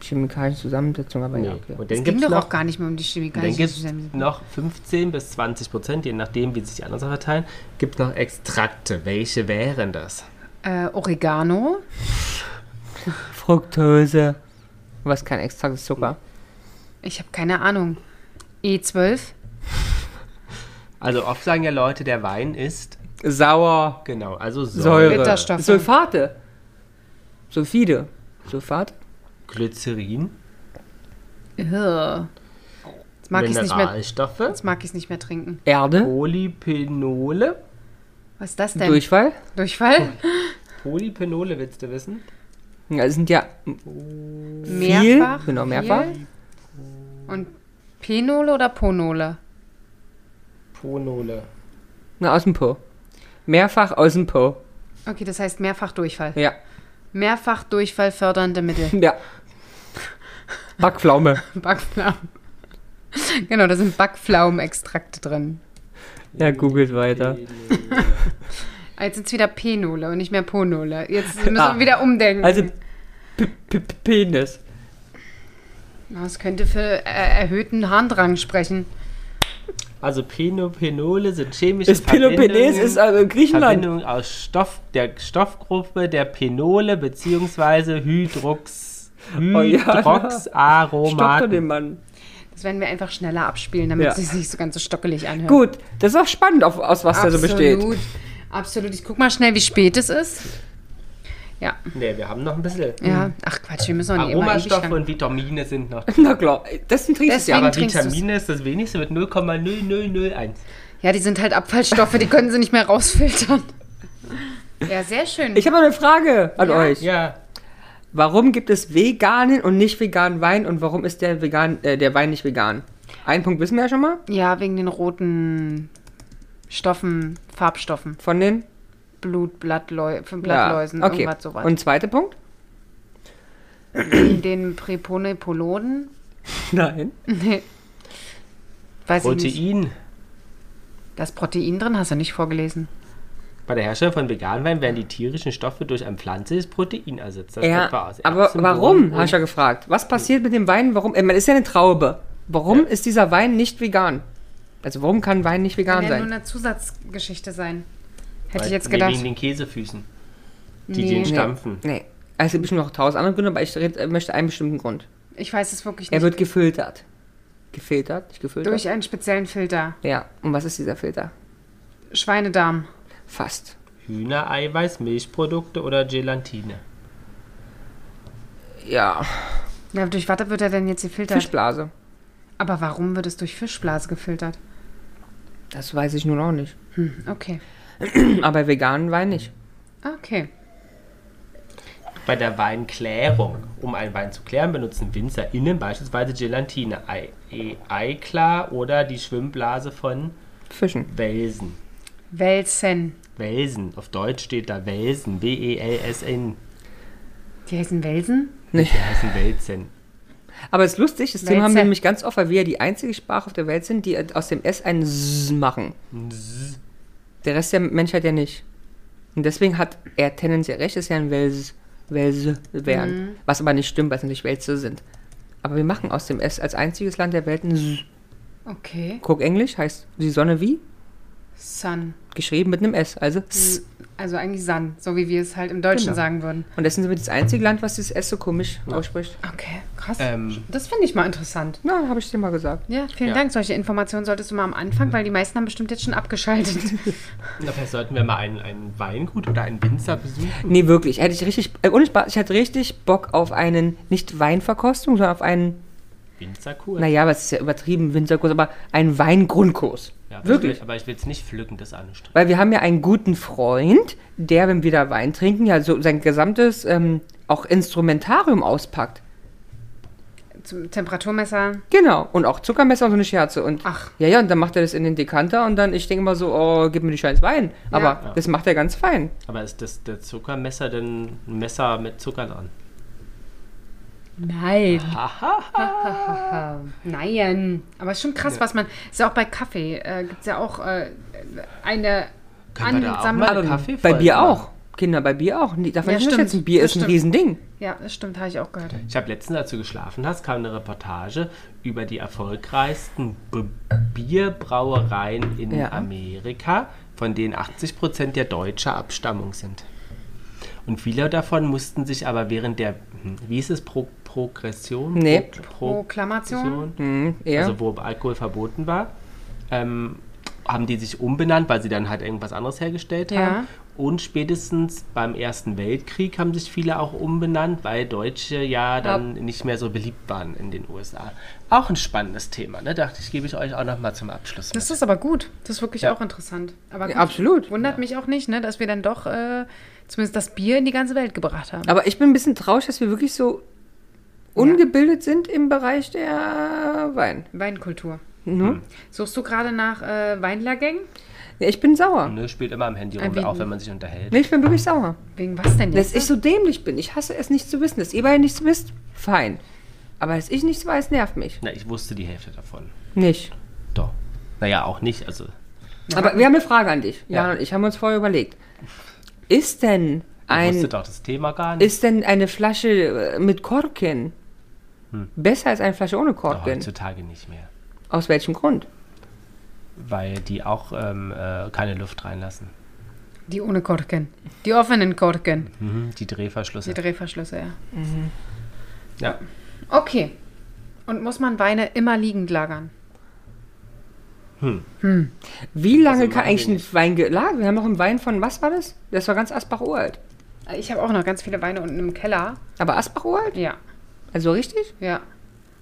B: chemikalischen Zusammensetzung, aber
C: Nee.
B: ja, okay.
C: Und
A: es ging
C: dann gibt's
A: doch
C: noch,
A: auch gar nicht mehr um die
C: dann
A: chemikalische
C: gibt's
A: Zusammensetzung.
C: noch 15 bis 20 Prozent, je nachdem, wie sich die anderen Sachen verteilen, gibt noch Extrakte. Welche wären das?
A: Äh, Oregano,
B: Fructose. Was kein Extrakt ist Zucker.
A: ich habe keine Ahnung. E E12,
C: Also oft sagen ja Leute, der Wein ist,
B: Mhm. Sauer,
C: genau, also
B: Säure,
C: Säure,
A: Bitterstoffe.
B: Sulfate. Sulfide. Sulfat?
C: Glycerin,
A: Ugh. Jetzt mag ich es nicht mehr.
C: Mineralstoffe,
A: Jetzt mag ich es nicht mehr trinken.
C: Oh.
B: Erde.
C: Polyphenole.
A: Was ist das denn?
B: Durchfall. Oh.
A: Durchfall?
C: Polyphenole willst du wissen?
B: Ja, es sind ja
A: Mehrfach?
B: genau, mehrfach.
A: Viel? Und Penole oder Ponole?
C: Ponole.
B: Na, aus dem Po. Mehrfach aus dem Po.
A: Okay, das heißt mehrfach Durchfall.
B: Ja.
A: Mehrfach Durchfall fördernde Mittel.
B: Ja. Backpflaume.
A: Backpflaumen. genau, da sind Backpflaumenextrakte drin.
B: Ja, googelt weiter.
A: Ah, Jetzt sind es wieder Penole und nicht mehr Ponole. Jetzt müssen
B: Ah.
A: wir wieder umdenken.
B: Also P -P -P Penis.
A: Na, Das könnte für äh, erhöhten Harndrang sprechen.
C: Also Penopenole sind chemische
B: Ist Peloponnes ist also in Griechenland.
C: Verbindung aus Stoff, der Stoffgruppe der Penole bzw. Hydrox,
B: Oh ja.
C: Oh,
B: Stopp doch
C: Hydroxaromaten.
B: den Mann.
A: Das werden wir einfach schneller abspielen, damit
B: Ja.
A: es sich nicht so ganz so stockelig anhört.
B: Gut, das ist auch spannend, auf, aus was der so besteht.
A: Absolut. Absolut. Ich guck mal schnell, wie spät es ist. Ja,
C: ne, wir haben noch ein bisschen.
A: ja.
B: Hm.
A: Ach Quatsch, wir müssen auch nicht immer ewig
C: Aromastoffe
A: lang.
C: und Vitamine sind noch.
B: Na klar, das sind Triebs.
A: Deswegen-
B: Ja,
C: Aber
A: trinkst du's?
C: Vitamine ist das wenigste mit 0,0001.
A: Ja, die sind halt Abfallstoffe, die können sie nicht mehr rausfiltern. Ja, sehr schön.
B: ich habe noch eine Frage an
A: Ja.
B: euch.
C: Ja.
B: Warum gibt es veganen und nicht veganen Wein und warum ist der, vegan, äh, der Wein nicht vegan? Einen Punkt wissen wir ja schon mal
A: ja, wegen den roten Stoffen, Farbstoffen.
B: von den
A: Blut, Blattläu von
B: Ja,
A: Blattläusen,
B: okay.
A: irgendwas sowas.
B: Und zweiter Punkt?
A: In den Preponepoloden,
B: Nein.
A: weiß ich nicht.
C: Protein.
A: Das Protein drin hast du nicht vorgelesen.
C: Bei der Herstellung von Veganwein werden die tierischen stoffe durch ein pflanzliches Protein ersetzt. Das
B: Ja,
C: kennt man aus
B: aber
C: Erbsen,
B: warum,
C: Bohnen
B: habe ich ja äh, gefragt. Was passiert mit dem Wein? Warum? Ey, Man ist ja eine Traube. Warum ist dieser Wein nicht vegan? Also warum kann Wein nicht vegan
A: Kann ja nur
B: sein?
A: eine Zusatzgeschichte sein. Hätte
C: Weil-
A: ich jetzt
C: nee,
A: gedacht.
C: Wegen den Käsefüßen, die
A: Nee.
C: den
A: Nee.
C: stampfen.
B: Nee. Also bestimmt noch tausend andere Gründe, aber ich red, äh, möchte einen bestimmten Grund.
A: Ich weiß es wirklich
B: Er
A: nicht.
B: wird gefiltert. Gefiltert? Nicht gefiltert?
A: Durch einen speziellen Filter.
B: Ja. Und was ist dieser Filter?
A: Schweinedarm.
B: Fast.
C: Hühnereiweiß, Milchprodukte oder Gelatine.
B: Ja.
A: Ja, durch was wird er denn jetzt gefiltert?
B: Fischblase.
A: Aber warum wird es durch Fischblase gefiltert?
B: Das weiß ich nun auch nicht.
A: Okay.
B: Aber veganen Wein nicht.
A: Okay.
C: Bei der Weinklärung, um einen Wein zu klären, benutzen WinzerInnen beispielsweise Gelatine, Ei, Ei, Eiklar oder die Schwimmblase von
B: Fischen.
C: Welsen.
A: Welsen.
C: Welsen, auf Deutsch steht da Welsen, E W-E-L-S-N,
A: Die heißen Welsen?
B: Nee.
C: die heißen Welsen.
B: Aber es ist lustig, das Thema haben wir
A: Welze.
B: nämlich ganz oft, weil wir ja die einzige Sprache auf der Welt sind, die aus dem S ein S machen. Der Rest der Menschheit ja nicht. Und deswegen hat er tendenziell recht, ist ja ein Wels, Welse wären. Was aber nicht stimmt, weil es natürlich Wälze sind. Aber wir machen aus dem S als einziges Land der Welt ein S.
A: Okay.
B: Guck, Englisch heißt die Sonne wie?
A: Sun.
B: Geschrieben mit einem S. Also S.
A: Also eigentlich Sun, so wie wir es halt im Deutschen
B: Genau.
A: sagen würden.
B: Und deswegen sind wir das einzige Land, was dieses S so komisch ausspricht.
A: Okay, krass.
C: Ähm.
A: Das finde ich mal interessant.
B: Na, habe ich dir mal gesagt.
A: Ja, vielen
C: Ja.
A: Dank. Solche Informationen solltest du mal am Anfang, weil die meisten haben bestimmt jetzt schon abgeschaltet.
C: Na, vielleicht sollten wir mal einen, einen Weingut oder einen Winzer besuchen.
B: Nee, wirklich. Hätte ich richtig, äh, ohne Spaß, ich hatte richtig Bock auf einen, nicht Weinverkostung, sondern auf einen
C: Winzerkur?
B: Naja, aber es ist ja übertrieben, Winzerkurs, aber ein Weingrundkurs.
C: Ja,
B: wirklich.
C: Aber ich will es nicht pflücken, das anstrengen.
B: Weil wir haben ja einen guten Freund, der, wenn wir da Wein trinken, ja so sein gesamtes ähm, auch Instrumentarium auspackt.
A: Zum Temperaturmesser.
B: Genau. Und auch Zuckermesser und so eine Scherze. Und
A: Ach.
B: ja, ja, und dann macht er das in den Dekanter und dann, ich denke mal so, oh, gib mir die scheiß Wein. Aber
A: Ja.
B: das macht er ganz fein.
C: Aber ist das der Zuckermesser denn ein Messer mit Zucker dran?
A: Nein.
C: Aha! Ah.
A: Nein. Aber ist schon krass, was man. Ist ja auch bei Kaffee. Äh, Gibt es ja auch äh, eine
C: Können wir da auch
A: Ansammlung.
C: mal einen Kaffee
B: Bei Bier
C: machen?
B: auch. Kinder, bei Bier auch. Nee, Darf man
A: Ja,
B: nicht
A: stimmt.
B: unterschätzen. Bier
A: Das
B: ist ein
A: stimmt.
B: Riesending.
A: Ja, das stimmt, habe ich auch gehört.
C: Ich habe letztens dazu geschlafen hast, kam eine Reportage über die erfolgreichsten B Bierbrauereien in
B: Ja.
C: Amerika, von denen 80 Prozent der deutscher Abstammung sind. Und viele davon mussten sich aber während der, hm, wie ist es, Pro Progression?
B: Nee.
C: Pro
A: Proklamation?
B: Hm, ja.
C: also wo Alkohol verboten war, ähm, haben die sich umbenannt, weil sie dann halt irgendwas anderes hergestellt
A: Ja.
C: haben. Und spätestens beim Ersten Weltkrieg haben sich viele auch umbenannt, weil Deutsche ja dann nicht mehr so beliebt waren in den USA. Auch ein spannendes Thema, ne? Dachte ich, gebe ich euch auch nochmal zum Abschluss.
A: Das
C: Mit.
A: ist aber gut. Das ist wirklich
C: Ja.
A: auch interessant. Aber
C: Also
B: Ja,
A: gut,
B: absolut.
A: Wundert mich auch nicht, ne, dass wir dann doch äh, zumindest das Bier in die ganze Welt gebracht haben.
B: Aber ich bin ein bisschen traurig, dass wir wirklich so ungebildet sind im Bereich der Wein.
A: Weinkultur.
B: Mhm.
A: Suchst du gerade nach äh, Weinlehrgängen?
B: Ja, ich bin sauer.
C: Ne, spielt immer am Handy rum,
A: Anbieten.
C: auch wenn man sich unterhält.
B: Nee, ich bin wirklich sauer.
A: Wegen was denn
B: Dass
A: jetzt?
B: ich so dämlich bin. Ich hasse es nicht zu wissen. Dass ihr beide nichts wisst, fein. Aber dass ich nichts weiß, nervt mich.
C: Na, ich wusste die Hälfte davon.
B: Nicht.
C: Doch. Naja, auch nicht. Also,
B: Aber wir haben eine Frage an dich.
C: Ja.
B: Ja, und ich haben uns vorher überlegt. Ist denn
C: ich wusste
B: ein
C: doch das Thema gar nicht.
B: ist denn eine Flasche äh, mit Korken besser als eine Flasche ohne
C: Doch,
B: Korken?
C: heutzutage nicht mehr.
B: Aus welchem Grund?
C: Weil die auch ähm, äh, keine Luft reinlassen.
A: Die ohne Korken. Die offenen Korken.
C: Mhm, die Drehverschlüsse.
A: Die Drehverschlüsse, ja.
B: Mhm.
C: ja.
A: Okay. Und muss man Weine immer liegend lagern?
B: Wie lange
C: machen
B: kann
C: wir
B: eigentlich ein
C: nicht.
B: Wein gelagert? Wir haben noch einen Wein von was war das? Das war ganz Asbach uralt.
A: Äh, Ich habe auch noch ganz viele Weine unten im Keller.
B: Aber Asbach uralt?
A: Ja,
B: Also richtig?
A: ja.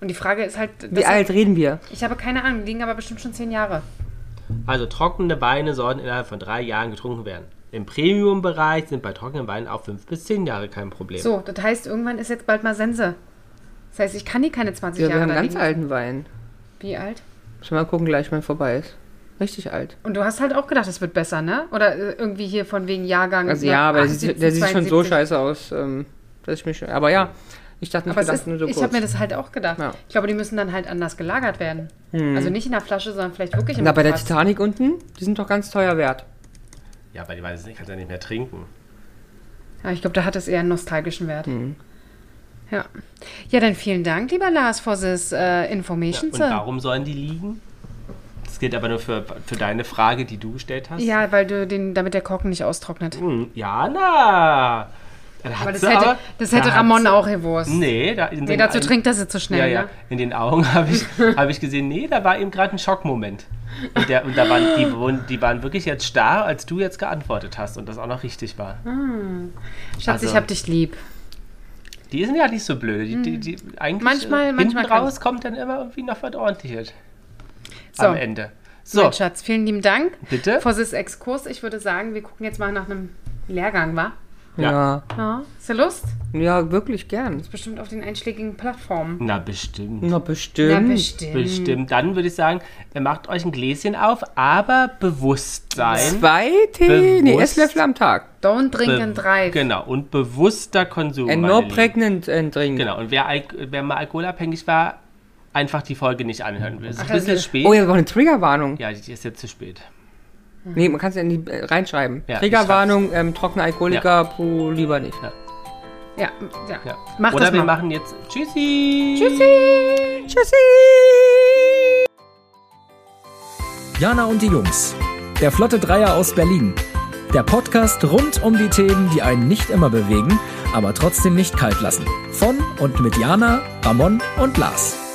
A: Und die Frage ist halt,
B: Wie
A: das-
B: alt reden wir?
A: ich habe keine Ahnung, die liegen aber bestimmt schon zehn Jahre.
C: Also trockene Weine sollten innerhalb von drei Jahren getrunken werden. Im Premium-Bereich sind bei trockenen Weinen auch fünf bis zehn Jahre kein Problem.
A: So, das heißt, irgendwann ist jetzt bald mal Sense. Das heißt, ich kann die keine 20
B: Ja, wir
A: Jahre
B: haben
A: da
B: ganz
A: liegen.
B: alten Wein.
A: Wie alt?
B: Müssen wir mal gucken, gleich, wenn vorbei ist. Richtig alt.
A: Und du hast halt auch gedacht, es wird besser, ne? Oder äh, irgendwie hier von wegen Jahrgang.
B: Also
A: ne?
B: ja, aber der sieht,
A: 78,
B: der sieht schon so
A: 72.
B: scheiße aus, ähm, dass ich mich. Aber ja, ich dachte,
A: Aber
B: ich
A: es ist,
B: dachte nur so
A: ich
B: kurz.
A: habe mir das halt auch gedacht.
B: Ja. Hm.
A: Ich glaube, die müssen dann halt anders gelagert werden. Also nicht in der Flasche, sondern vielleicht wirklich im
B: Na, bei der
A: Fass.
B: Titanic unten, die sind doch ganz teuer wert.
C: Ja, aber die Weine sind- kannst du ja nicht mehr trinken.
A: Ja, ich glaube, da hat es eher einen nostalgischen Wert.
B: Hm.
A: Ja. ja, dann vielen Dank, lieber Lars, for this äh, Information.
C: Und
A: sir.
C: warum sollen die liegen? Das gilt aber nur für, für deine Frage, die du gestellt hast.
A: Ja, weil du den, damit der Korken nicht austrocknet.
C: Hm, Jana! Dann hat
A: Aber das
C: sie
A: hätte,
C: aber-
A: das hätte
C: da hat
A: Ramon
C: sie-
A: auch gewusst. Nee,
C: Nee, da, in den-
A: dazu
C: in-
A: trinkt er sie zu
C: Ja,
A: schnell,
C: ja.
A: ne?
C: In den Augen habe ich, habe ich gesehen, nee, da war eben gerade ein Schockmoment. Und, der, und da waren, die, wurden- die waren wirklich jetzt starr, als du jetzt geantwortet hast und das auch noch richtig war.
A: Schatz,
C: Also-
A: ich hab dich lieb.
C: Die sind ja nicht so blöde. Die, die, die eigentlich
A: Mm. Manchmal-
C: äh, hinten
A: manchmal kann-
C: raus kommt dann immer irgendwie noch was ordentliches
A: So,
C: am Ende. So,
A: mein Schatz, vielen lieben Dank
C: bitte.
A: für das Exkurs. Ich würde sagen, wir gucken jetzt mal nach einem Lehrgang, wa?
B: Ja.
A: Ja. Ist ja Lust?
B: ja, wirklich gern.
A: Bestimmt auf den einschlägigen Plattformen.
C: Na bestimmt.
B: Na,
A: Ja,
B: bestimmt.
A: bestimmt.
C: Bestimmt. Dann würde ich sagen, ihr macht euch ein Gläschen auf, aber Bewusstsein.
B: Zwei Tee, nee,
C: Hm? Bewusst.
B: Esslöffel am Tag.
A: Don't drink
C: Be-
A: and drive.
C: Genau, und bewusster Konsum.
B: And
C: meine
B: Äh, no
C: Lieben.
B: pregnant äh, and drink.
C: Genau, und wer, alk- wer mal alkoholabhängig war, einfach die Folge nicht anhören will. Es ist ein
A: Ach,
C: bisschen
A: okay.
C: spät.
B: Oh, ja, wir brauchen eine Triggerwarnung.
C: Ja, die ist jetzt zu spät.
B: Nee, man kann es ja in die, äh, reinschreiben.
C: Ja,
B: Triggerwarnung, ähm, trockene Alkoholiker, puh, lieber nicht.
A: Ja, ja.
C: Ja.
A: Mach
C: Oder
A: das
C: wir
A: mal.
C: machen jetzt Tschüssi.
A: Tschüssi!
B: Tschüssi!
D: Jana und die Jungs. Der Flotte Dreier aus Berlin. Der Podcast rund um die Themen, die einen nicht immer bewegen, aber trotzdem nicht kalt lassen. Von und mit Jana, Ramon und Lars.